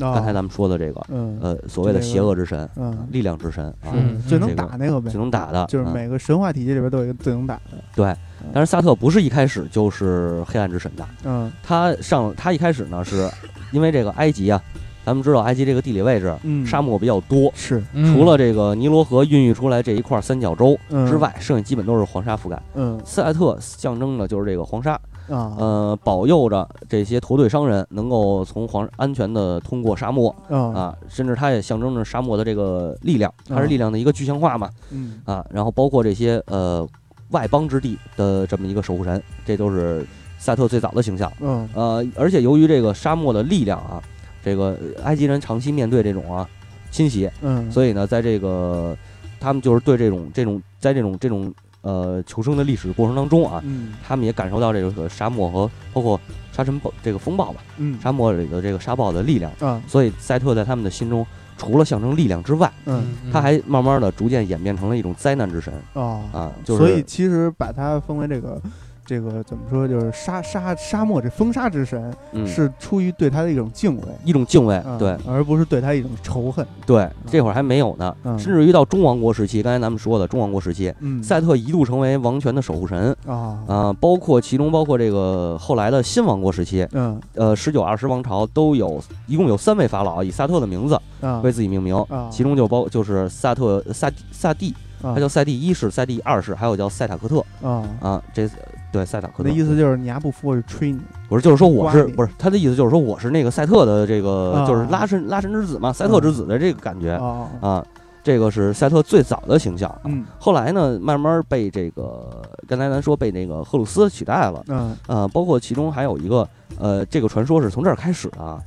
刚刚才咱们说的这个，嗯呃，所谓的邪恶之神、啊嗯力量之神啊，嗯最能这个打那个呗最，能打的。就是嗯嗯每个神话体系里边都有一个最能打的，但是萨特不是一开始就是黑暗之神的，嗯他上他一开始呢是因为这个埃及啊，咱们知道埃及这个地理位置嗯，沙漠比较多，是嗯除了这个尼罗河孕育出来这一块三角洲嗯之外，剩下基本都是黄沙覆盖。嗯赛特象征的就是这个黄沙，啊呃，保佑着这些驼队商人能够从黄安全的通过沙漠啊啊，甚至它也象征着沙漠的这个力量，它是嗯力量的一个具象化嘛嗯啊，然后包括这些呃外邦之地的这么一个守护神，这都是赛特最早的形象。嗯呃，而且由于这个沙漠的力量啊，这个呃埃及人长期面对这种啊侵袭，嗯，所以呢，在这个他们就是对这种这种在这种这种呃求生的历史过程当中啊，嗯他们也感受到这个沙漠和包括沙尘暴这个风暴吧，嗯沙漠里的这个沙暴的力量，啊所以赛特在他们的心中除了象征力量之外，嗯他还慢慢的逐渐演变成了一种灾难之神哦，啊，就是所以其实把它分为这个。这个怎么说？就是沙沙沙漠这风沙之神，嗯是出于对他的一种敬畏，一种敬畏，嗯对，而不是对他一种仇恨。对，这会儿还没有呢，嗯甚至于到中王国时期，刚才咱们说的中王国时期，嗯，赛特一度成为王权的守护神啊，啊、包括其中包括这个后来的新王国时期，嗯呃，十九二十王朝都有一共有三位法老以萨特的名字啊为自己命名，啊其中就包就是萨特萨蒂萨蒂，啊他叫赛蒂一世、赛蒂二世，还有叫赛塔克特啊，啊，这对赛塔克我特的意思就是你还不服我就吹你不是，就是说我是瓜你不是他的意思，就是说我是那个赛特的这个，啊就是拉神拉神之子嘛，赛特之子的这个感觉啊啊，这个是赛特最早的形象。嗯后来呢，慢慢被这个刚才咱说被那个赫鲁斯取代了，嗯呃，包括其中还有一个呃，这个传说是从这儿开始的啊，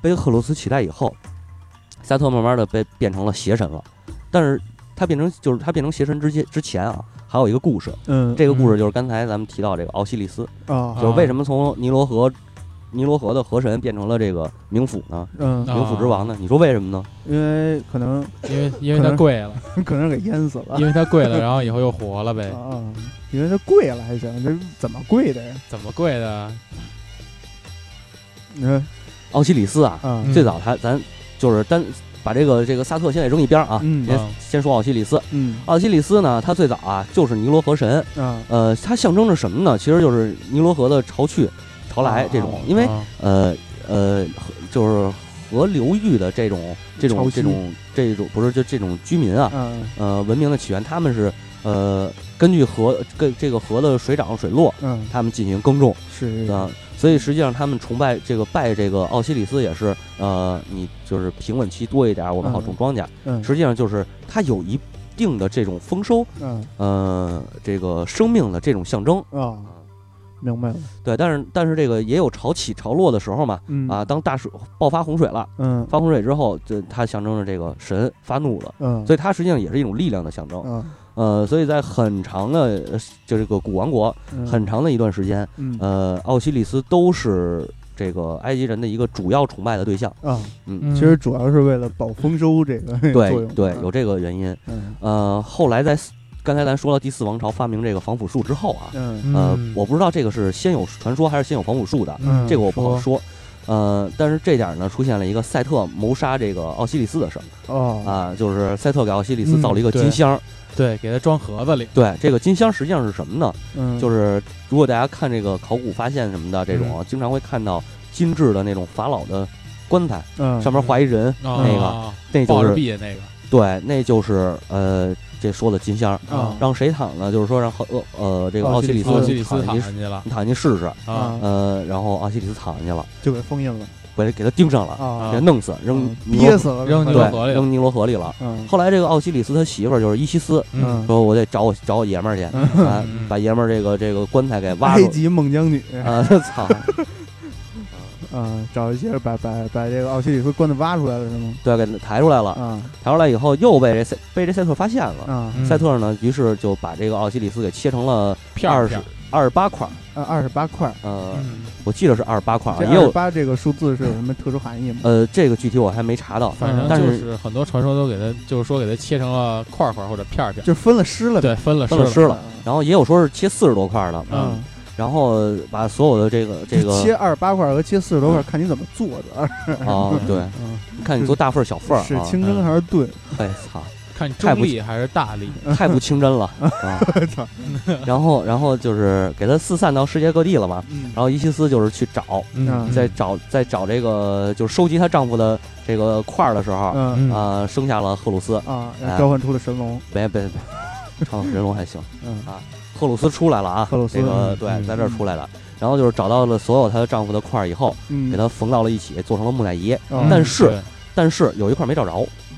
被赫鲁斯取代以后，赛特慢慢的被变成了邪神了，但是他变成就是他变成邪神之前之前啊，还有一个故事，嗯，这个故事就是刚才咱们提到这个奥西里斯。啊就是为什么从尼罗河，尼罗河的河神变成了这个冥府呢？嗯，啊冥府之王呢？你说为什么呢？因为可能因为因为它贵了， 可能给淹死了因为它贵了，然后以后又活了呗？啊，因为它贵了还行，这怎么贵的呀？怎么贵的？你看奥西里斯啊，啊，嗯最早他咱就是单把这个这个萨特先给扔一边儿啊，嗯先嗯先说奥西里斯。嗯奥西里斯呢，他最早啊就是尼罗河神，啊呃，他象征着什么呢？其实就是尼罗河的潮去潮来啊这种，因为啊呃呃，河就是河流域的这种这潮种汐这种这种不是就这种居民啊，啊呃文明的起源，他们是呃根据河跟这个河的水涨水落，嗯他们进行耕种是啊、所以实际上他们崇拜这个拜这个奥西里斯也是呃你就是平稳期多一点，我们好种庄稼。嗯实际上就是它有一定的这种丰收，嗯呃这个生命的这种象征。啊，明白了对，但是但是这个也有潮起潮落的时候嘛。嗯啊，当大水爆发洪水了，嗯发洪水之后，这它象征着这个神发怒了，嗯，所以它实际上也是一种力量的象征。嗯呃，所以在很长的呃就这个古王国很长的一段时间，嗯呃，奥西里斯都是这个埃及人的一个主要崇拜的对象。啊，嗯，嗯其实主要是为了保丰收这个作对用，啊对，有这个原因。嗯呃，后来在四刚才咱说了第四王朝发明这个防腐术之后啊，嗯呃嗯，我不知道这个是先有传说还是先有防腐术的，嗯这个我不好说。呃，但是这点儿呢，出现了一个赛特谋杀这个奥西里斯的事儿哦啊，就是赛特给奥西里斯造了一个嗯对金箱儿。对，给它装盒子里，对，这个金箱实际上是什么呢？嗯就是如果大家看这个考古发现什么的这种嗯啊，经常会看到精致的那种法老的棺材，嗯上面画一人，啊那个啊那就抱着是币的那个对，那就是呃这说的金箱，啊让谁躺呢？就是说让赫呃呃这个奥奥西西里里斯奥西里斯斯躺躺进去，进啊去了你躺进去试试，啊，呃，然后奥西里斯躺进去了，就给封印了把他给他盯上了，啊给他弄死，扔尼憋罗死了，扔尼罗河对，里扔尼罗河里了。嗯后来这个奥西里斯他媳妇儿就是伊西斯，嗯，说我得找我找我爷们儿去，啊嗯，把爷们儿这个这个棺材给挖埃出及孟姜女啊， 操！嗯，找一些把把把这个奥西里斯棺材挖出来了是吗？对，给抬出来了。啊抬出来以后，又被这赛被这赛特发现了。啊嗯赛特呢，于是就把这个奥西里斯给切成了片二儿十片儿二十八块儿。啊！二十八块，呃，嗯我记得是二十八块儿啊，这也二十有八这个数字是有什么特殊含义吗？呃，这个具体我还没查到。反正嗯但就是是很多传说都给它，就是说给它切成了块儿块儿或者片儿片儿，就分了尸了呗，啊对，分了分了尸尸了，然后也有说是切四十多块儿的，嗯，然后把所有的这个这个嗯切二十八块和切四十多块，看你怎么做的，啊，对，嗯，看你做大份儿小份儿是啊，清蒸还是炖？哎操，看你太不中立还是大力，太不清真了啊！操，然后然后就是给它四散到世界各地了嘛。嗯然后伊西斯就是去找，嗯在找在找这个就是收集她丈夫的这个块儿的时候，嗯嗯呃，生下了赫鲁斯，啊，哎召唤出了神龙，别别别，唱人龙还行。嗯赫鲁斯出来了啊，赫鲁斯这个嗯对，嗯在这儿出来的。然后就是找到了所有她丈夫的块儿以后，嗯，给她缝到了一起，做成了木乃伊。嗯哦但是但是有一块儿没找着，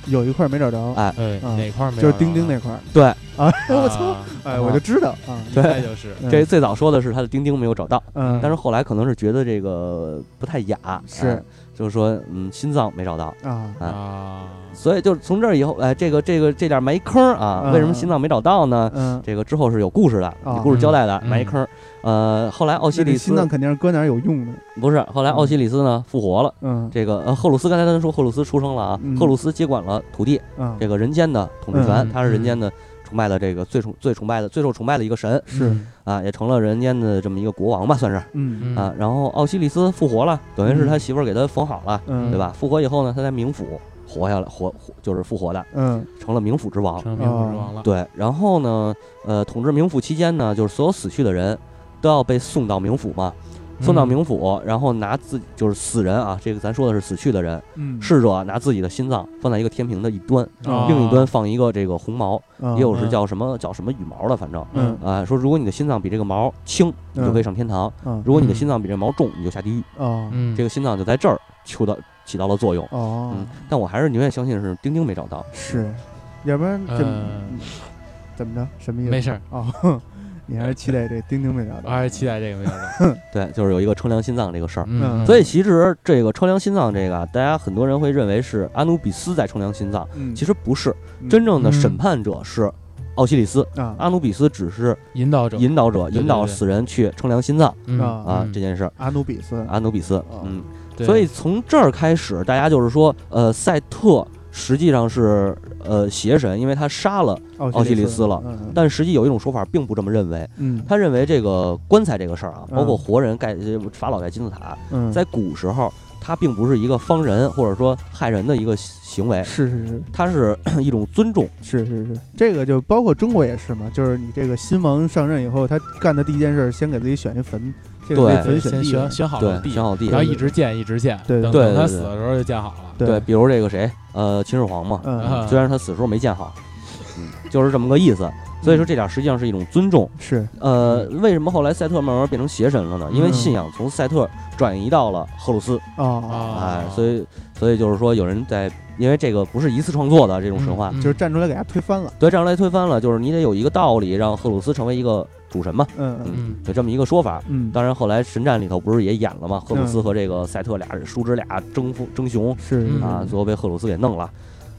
有一块没找着，哎，对，哎嗯哪块儿没就是找着钉钉呢那块儿，啊对，啊！我我操！，哎，嗯我就知道啊，一猜就是，嗯这最早说的是他的丁丁没有找到，嗯，但是后来可能是觉得这个不太雅，是哎就是说嗯心脏没找到，啊， 啊啊，所以就是从这儿以后，哎，这个这个这点埋坑儿啊，嗯为什么心脏没找到呢？嗯，这个之后是有故事的，啊有故事交代的，嗯埋一坑儿。呃，后来奥西这里里斯心脏肯定是搁哪儿有用的，不是，后来奥西里斯呢复活了。嗯这个呃，赫鲁斯刚才咱说赫鲁斯出生了啊，嗯赫鲁斯接管了土地，啊，这个人间的统治权，嗯他是人间的崇拜的这个最崇最崇拜的最受崇拜的一个神是，啊，也成了人间的这么一个国王吧，算是嗯嗯啊。然后奥西里斯复活了，等于是他媳妇儿给他缝好了，嗯，对？吧？复活以后呢，他在冥府活下来，活活就是复活的，嗯成了冥府之王。成名不是王啊了，对，然后呢，呃，统治冥府期间呢，就是所有死去的人都要被送到冥府嘛，送嗯嗯到冥府，然后拿自己就是死人啊，这个咱说的是死去的人，嗯，逝者拿自己的心脏放在一个天平的一端，啊另一端放一个这个红毛，啊也有是嗯叫什么叫什么羽毛的，反正。嗯啊、说如果你的心脏比这个毛轻，你就可以上天堂；嗯如果你的嗯心脏比这毛重，你就下地狱。哦嗯，这个个心脏就在这儿起到起到了作用。哦嗯，但我还是宁愿相信是丁丁没找到。是，要不然怎呃怎么着？什么意思？嗯没事儿，哦， 你还是期待这丁丁没找我到哎还是期待这个没找 到，对，就是有一个称量心脏这个事儿。嗯所以其实这个称量心脏这个啊，大家很多人会认为是阿努比斯在称量心脏，嗯，其实实不是，真正的嗯审判者是奥西里斯，啊阿努比斯只是引导者引导者，对对引导死人去称量心脏嗯啊啊嗯哦这件事儿。阿努比斯阿努比斯，嗯，对所以从这儿开始，大家就是说，呃，赛特实际上是呃邪神，因为他杀了，奥西里斯了嗯但实际有一种说法并不这么认为，嗯他认为这个棺材这个事儿啊，包括嗯活人盖呃法老盖金字塔，嗯，在古时候，它并不是一个方人或者说害人的一个行为，是是是它是 一种尊重。是是是，这个就包括中国也是嘛，就是你这个新王上任以后，他干的第一件事儿，先给自己选一坟，先给对自己对坟先选地选了，选好了对，地选，好地然。后一直建一直建，对等对等他对死对的时候就建好了，对嗯对，，比如这个谁，呃，秦始皇嘛，嗯啊虽然他死时候没建好，嗯，就是这么个意思。所以说这点实际上是一种尊重。是呃，为什么后来赛特慢慢变成邪神了呢？因为嗯信仰从赛特转移到了赫鲁斯，哦，啊哎，所以所以就是说有人在，因为这个不是一次创作的这种神话，嗯嗯就是站出来给他推翻了，对，这样来推翻了，就是你得有一个道理让赫鲁斯成为一个主神嘛，嗯嗯有这么一个说法。嗯，当然，后来《神战》里头不是也演了吗？赫鲁斯嗯和这个赛特俩人叔侄俩争锋争雄是嗯啊，最后被赫鲁斯给弄了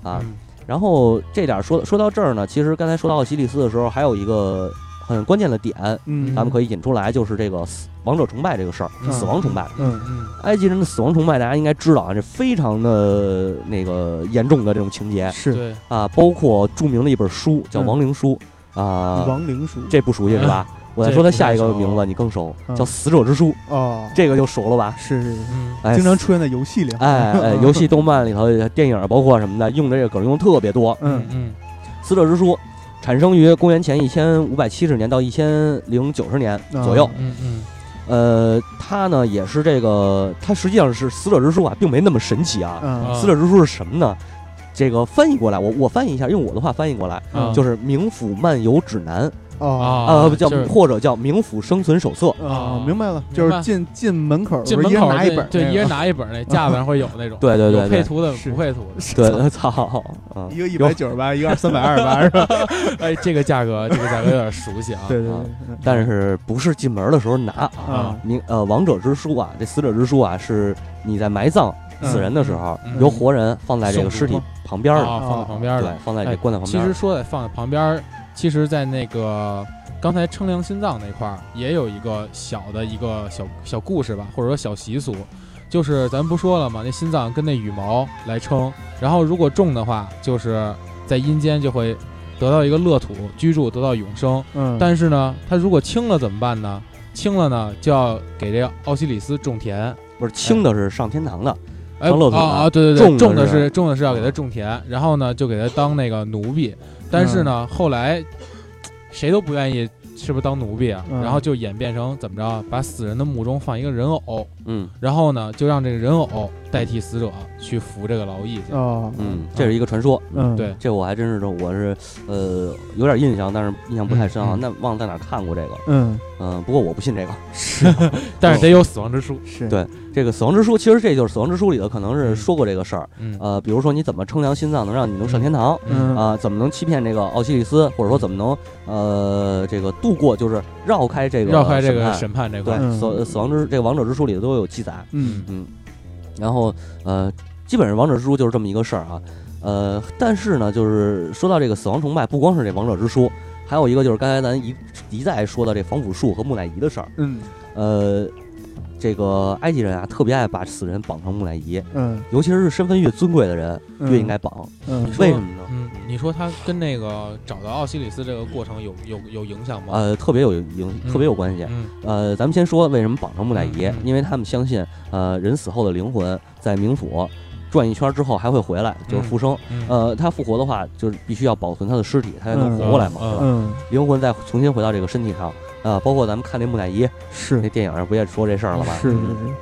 啊。嗯然后这点儿说说到这儿呢，其实刚才说到奥西里斯的时候，还有一个很关键的点，嗯，啊咱们可以引出来，就是这个死亡者崇拜这个事儿，嗯死亡崇拜。嗯嗯埃及人的死亡崇拜，大家应该知道啊，这非常的那个严重的这种情节是对，啊，包括著名的一本书叫《嗯亡灵书》啊，亡灵书这不熟悉是吧？我再嗯这说它不太下一个熟名字，你更熟，嗯叫《死者之书》，哦，这个就熟了吧？是是是，嗯哎，经常出现在游戏里，哎哎，游戏、动漫里头、电影包括什么的，用的这个梗用得特别多。嗯嗯《死者之书》产生于公元前一千五百七十年到一千零九十年左右。嗯嗯呃，它呢也是这个，它实际上是《死者之书》啊，并没那么神奇啊。嗯啊死者之书》是什么呢？这个翻译过来，我我翻译一下，用我的话翻译过来，嗯就是《冥府漫游指南》哦啊，不叫就是或者叫《冥府生存手册》。，哦，明白了，就是进进门口，啊进不是门一人口拿一那本，对，一人拿一本儿，那架子上会有那 种对对对有对配图的是不配图的，对， 操，嗯一个一有百九十八，一个二三百二十八，是吧？哎，这个价格，这个价格有点熟悉啊，对对啊对，嗯但是不是进门的时候拿啊啊？你呃，王者之书啊，这死者之书啊，是你在埋葬死人的时候，嗯嗯由活人放在这个尸体送出旁边啊儿，放在旁边儿对的。，放在这哎棺材旁其边儿。实说的放在旁边儿，其实，在那个刚才称量心脏那块儿，也有一个小的一个小小故事吧，或者说小习俗，就是咱不说了嘛，那心脏跟那羽毛来称，然后如果重的话，就是在阴间就会得到一个乐土居住，得到永生。嗯，但是呢，它如果轻了怎么办呢？轻了呢，就要给这个奥西里斯种田，不是轻的是上天堂的，哎，当乐土啊啊啊，对对对，种种的的是啊是种的是要给他种田，然后呢就给他当那个奴婢，但是嗯呢后来谁都不愿意，是不是当奴婢啊？嗯然后啊就演变成怎么着，把死人的墓中放一个人偶，嗯，然后呢就让这个人偶代替死者去服这个劳役去。哦，嗯，这是一个传说。嗯，对，这我还真是，我是呃有点印象，但是印象不太深啊嗯。嗯那忘了在哪儿看过这个了。嗯，嗯，不过我不信这个。 但是哦得有死亡之书。是，对这个《死亡之书》，其实这就是《死亡之书》里头可能是嗯说过这个事儿。嗯呃，比如说你怎么称量心脏能让你能上天堂嗯啊、怎么能欺骗这个奥西里斯，或者说怎么能呃这个度过，就是绕开这个绕开这个审判。审判这块对，儿。嗯死死亡之这个王者之书里头都有记载。嗯然后呃，基本上王者之书就是这么一个事儿啊。呃，但是呢，就是说到这个死亡崇拜，不光是这王者之书，还有一个就是刚才咱一一再说到这防腐术和木乃伊的事儿。嗯呃，这个埃及人啊，特别爱把死人绑成木乃伊，嗯，尤其是身份越尊贵的人嗯越应该绑。嗯你说为什么呢？嗯，你说他跟那个找到奥西里斯这个过程有有有影响吗？呃，特别有影，嗯特别有关系。嗯呃，咱们先说为什么绑成木乃伊嗯，嗯因为他们相信，呃，人死后的灵魂在冥府转一圈之后还会回来，就是复生。嗯呃，他复活的话，就是必须要保存他的尸体，他才能活过来嘛，嗯对吧？嗯灵魂再重新回到这个身体上。啊、包括咱们看那木乃伊嗯是那电影上不也说这事儿了吗？是嗯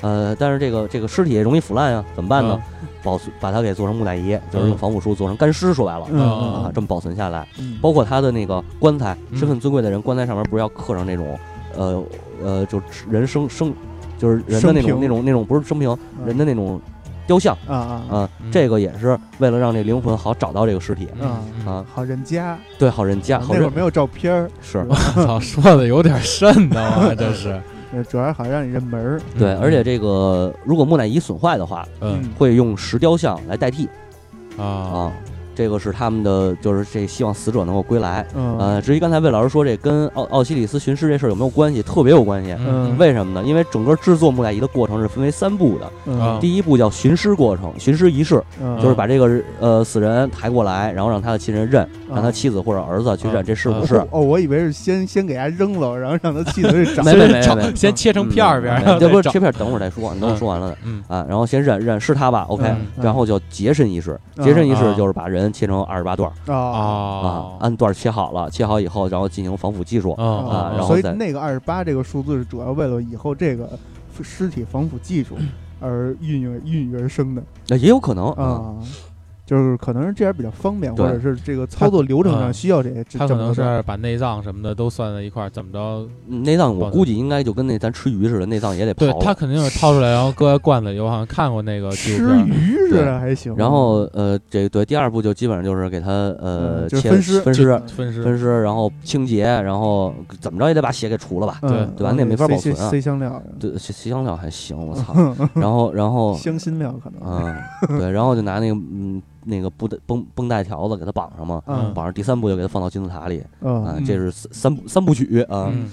呃，但是这个这个尸体容易腐烂啊，怎么办嗯呢？保存把它给做成木乃伊，就是用防腐术做成干尸，说白了、啊嗯，这么保存下来。嗯包括他的那个棺材，嗯身份尊贵的人棺材上面不是要刻上那种，呃呃，就是人生生，就是人的生那种平嗯那种那种不是生平，人的那种雕像啊啊啊、嗯这个也是为了让这灵魂好找到这个尸体嗯嗯啊，好人家，对，好人家好那会儿嗯人没有照片儿，是吧操，说的有点瘆得慌，啊这是。呃主要是好让你认门儿，对，嗯而且这个如果木乃伊损坏的话，嗯会用石雕像来代替啊嗯啊，这个是他们的就是这希望死者能够归来。嗯呃，至于刚才魏老师说这跟奥奥西里斯寻尸这事儿有没有关系，特别有关系。嗯为什么呢？因为整个制作木乃伊的过程是分为三步的。嗯第一步叫寻尸过程，寻尸仪式嗯，就是把这个呃死人抬过来，然后让他的亲人认，嗯让他啊妻子或者儿子去认啊这是不啊是。哦，我以为是先先给他扔了， 然后让他气得是长没没没先没炒先切嗯成片儿片儿，然后这不是再找切片儿，等会儿再说，你等我说完了嗯啊，然后先认认是他吧，OK，嗯然后叫结身仪式，嗯结身仪式啊就是把人切成二十八段儿啊啊哦，按段儿切好了，切好以后，然后进行防腐技术哦哦啊然后所以再那个二十八这个数字是主要为了以后这个尸体防腐 技术而孕育孕育而生的那也有可能啊，嗯啊。就是可能是这样比较方便，对啊或者是这个操作流程上嗯需要这些。这他可能这么是把内脏什么的都算在一块儿，怎么着？嗯内脏好我的估计应该就跟那咱吃鱼似的，内脏也得对刨他了。肯定是掏出来，然后搁在罐子里。我好像看过那个多纪吃录片儿，鱼似的还行。然后呃，这对第二步就基本上就是给他呃嗯就是切分尸分尸分尸，分尸，然后清洁，然后怎么着也得把血给除了吧？嗯对对吧那没法塞保存啊塞塞香料，对，这香料还行，我操。嗯然后 然后香辛料可能。嗯，对，然后就拿那个嗯那个布带绷绷带条子给它绑上嘛，嗯绑上第三步就给它放到金字塔里啊嗯，这是三三部三部曲啊。嗯，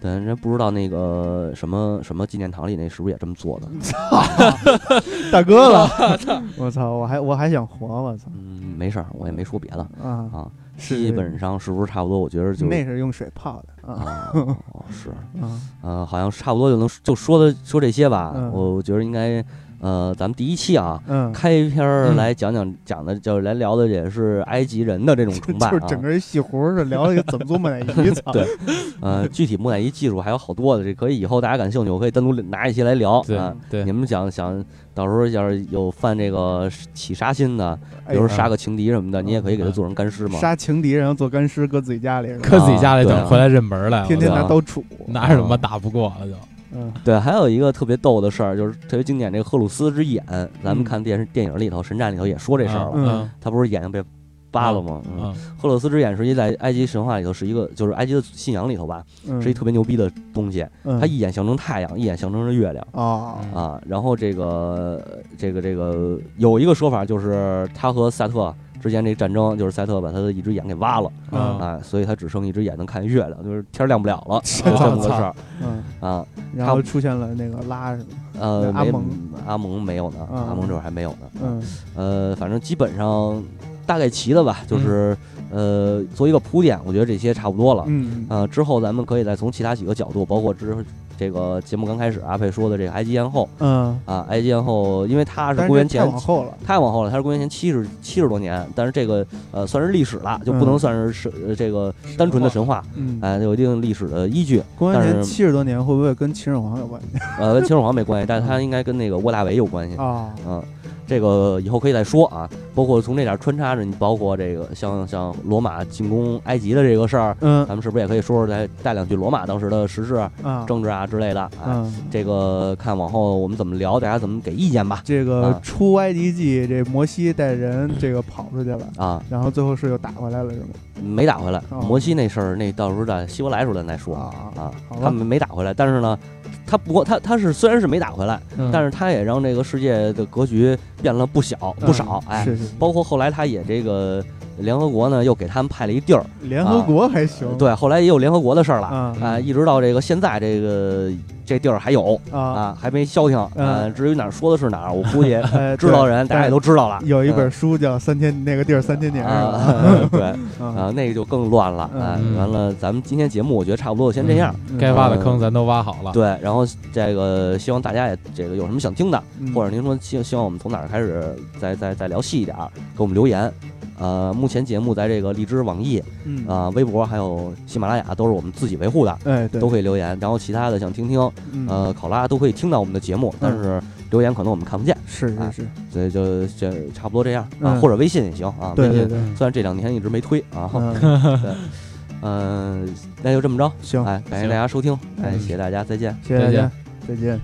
对，人家不知道那个什么什么纪念堂里那是不是也这么做的？嗯大哥 了，我操！我还我还想活，我操嗯，没事儿，我也没说别的啊！啊，是基本上是不是差不多？我觉得就那是用水泡的啊 啊，哦是，啊！呃，好像差不多就能就说的说这些吧。嗯我我觉得应该呃，咱们第一期啊。嗯，开篇儿嗯来讲讲讲的，就是来聊的也是埃及人的这种崇拜啊， 就是整个一戏胡儿是聊了一个怎么做木 乃伊，操！对呃，具体木乃伊技术还有好多的，这可以以后大家感兴趣，我可以单独拿一些来聊对啊。你对，们想想，到时候要是有犯这个起杀心的，比哎如呦说杀个情敌什么的，你也可以给他做成干尸嘛。杀情敌，然后做干尸搁自己家里，是吧搁自己家里对等啊回来认门儿来 了，天天对啊拿刀杵。哪有什么打不过了就？嗯对，还有一个特别逗的事儿，就是特别经典，这个赫鲁斯之眼，咱们嗯看电视电影里头，《神战》里头也说这事儿了，嗯他不是眼睛被扒了吗？嗯嗯赫鲁斯之眼是一在埃及神话里头是一个，就是埃及的信仰里头吧，嗯，是一特别牛逼的东西。嗯它一眼象征太阳，一眼象征着月亮。哦嗯啊，然后这个这个这个有一个说法就是他和赛特之间这战争，就是赛特把他的一只眼给挖了，嗯啊，所以他只剩一只眼能看月亮，就是天儿亮不了了，就 我这么个事儿啊操嗯，啊。然后出现了那个拉什么，呃，那阿没蒙阿蒙没有呢，嗯阿蒙这会儿还没有呢。嗯呃，反正基本上大概齐的吧，嗯就是呃做一个铺垫，我觉得这些差不多了。嗯呃，之后咱们可以再从其他几个角度，包括之这个节目刚开始阿佩说的这个埃及艳后嗯，啊，埃及艳后，因为她是但公是元这太前往后了，太往后了，她是公元前七十七十多年，但是这个呃算是历史了，就不能嗯算是是、呃这个单纯的神话，嗯，哎，有一定历史的依据。公元但前是七十多年会不会跟秦始皇有关系呃，跟秦始皇没关系，但嗯是它应该跟那个沃大维有关系。啊？嗯，这个以后可以再说啊，包括从这点穿插着，你包括这个像像罗马进攻埃及的这个事儿，嗯咱们是不是也可以说说再带两句罗马当时的时事、啊，政治啊之类的？哎，嗯，这个看往后我们怎么聊，大家怎么给意见吧。这个啊出埃及记，这摩西带人这个跑出去了，啊，然后最后是又打回来了，是吗？没打回来，哦摩西那事儿那到时候在希伯来时候咱再说啊啊好。吧他们没打回来，但是呢，他不过他他是虽然是没打回来，嗯但是是他也让这个世界的格局变了不小不少。嗯哎，是是是包括后来他也这个联合国呢又给他们派了一地儿，联合国还行，啊对，后来也有联合国的事儿了。啊啊，一直到这个现在，这个这地儿还有啊，啊，还没消停啊。嗯至于哪儿说的是哪儿，我估计 呃 知道对人大家但也都知道了。有一本书叫《三千那个地儿三千嗯年》是吧啊， 对啊，啊，那个就更乱了啊。嗯完了，咱们今天节目我觉得差不多，先这样。嗯该挖的坑咱都挖好了，对，然后这个希望大家也这个有什么想听的，嗯或者您说希希望我们从哪儿开始再再再聊细一点儿，给我们留言。呃，目前节目在这个荔枝、网易嗯啊、微博还有喜马拉雅都是我们自己维护的，哎对都可以留言。然后其他的想听听嗯呃考拉都可以听到我们的节目，但是留言可能我们看不见，是啊是是，所以就这差不多这样啊，嗯或者微信也行啊。对微信对对，嗯虽然这两天一直没推啊，嗯嗯、那就这么着，行，哎，感谢行大家收听，哎，嗯谢谢大家，再见。谢谢再大见家，再见。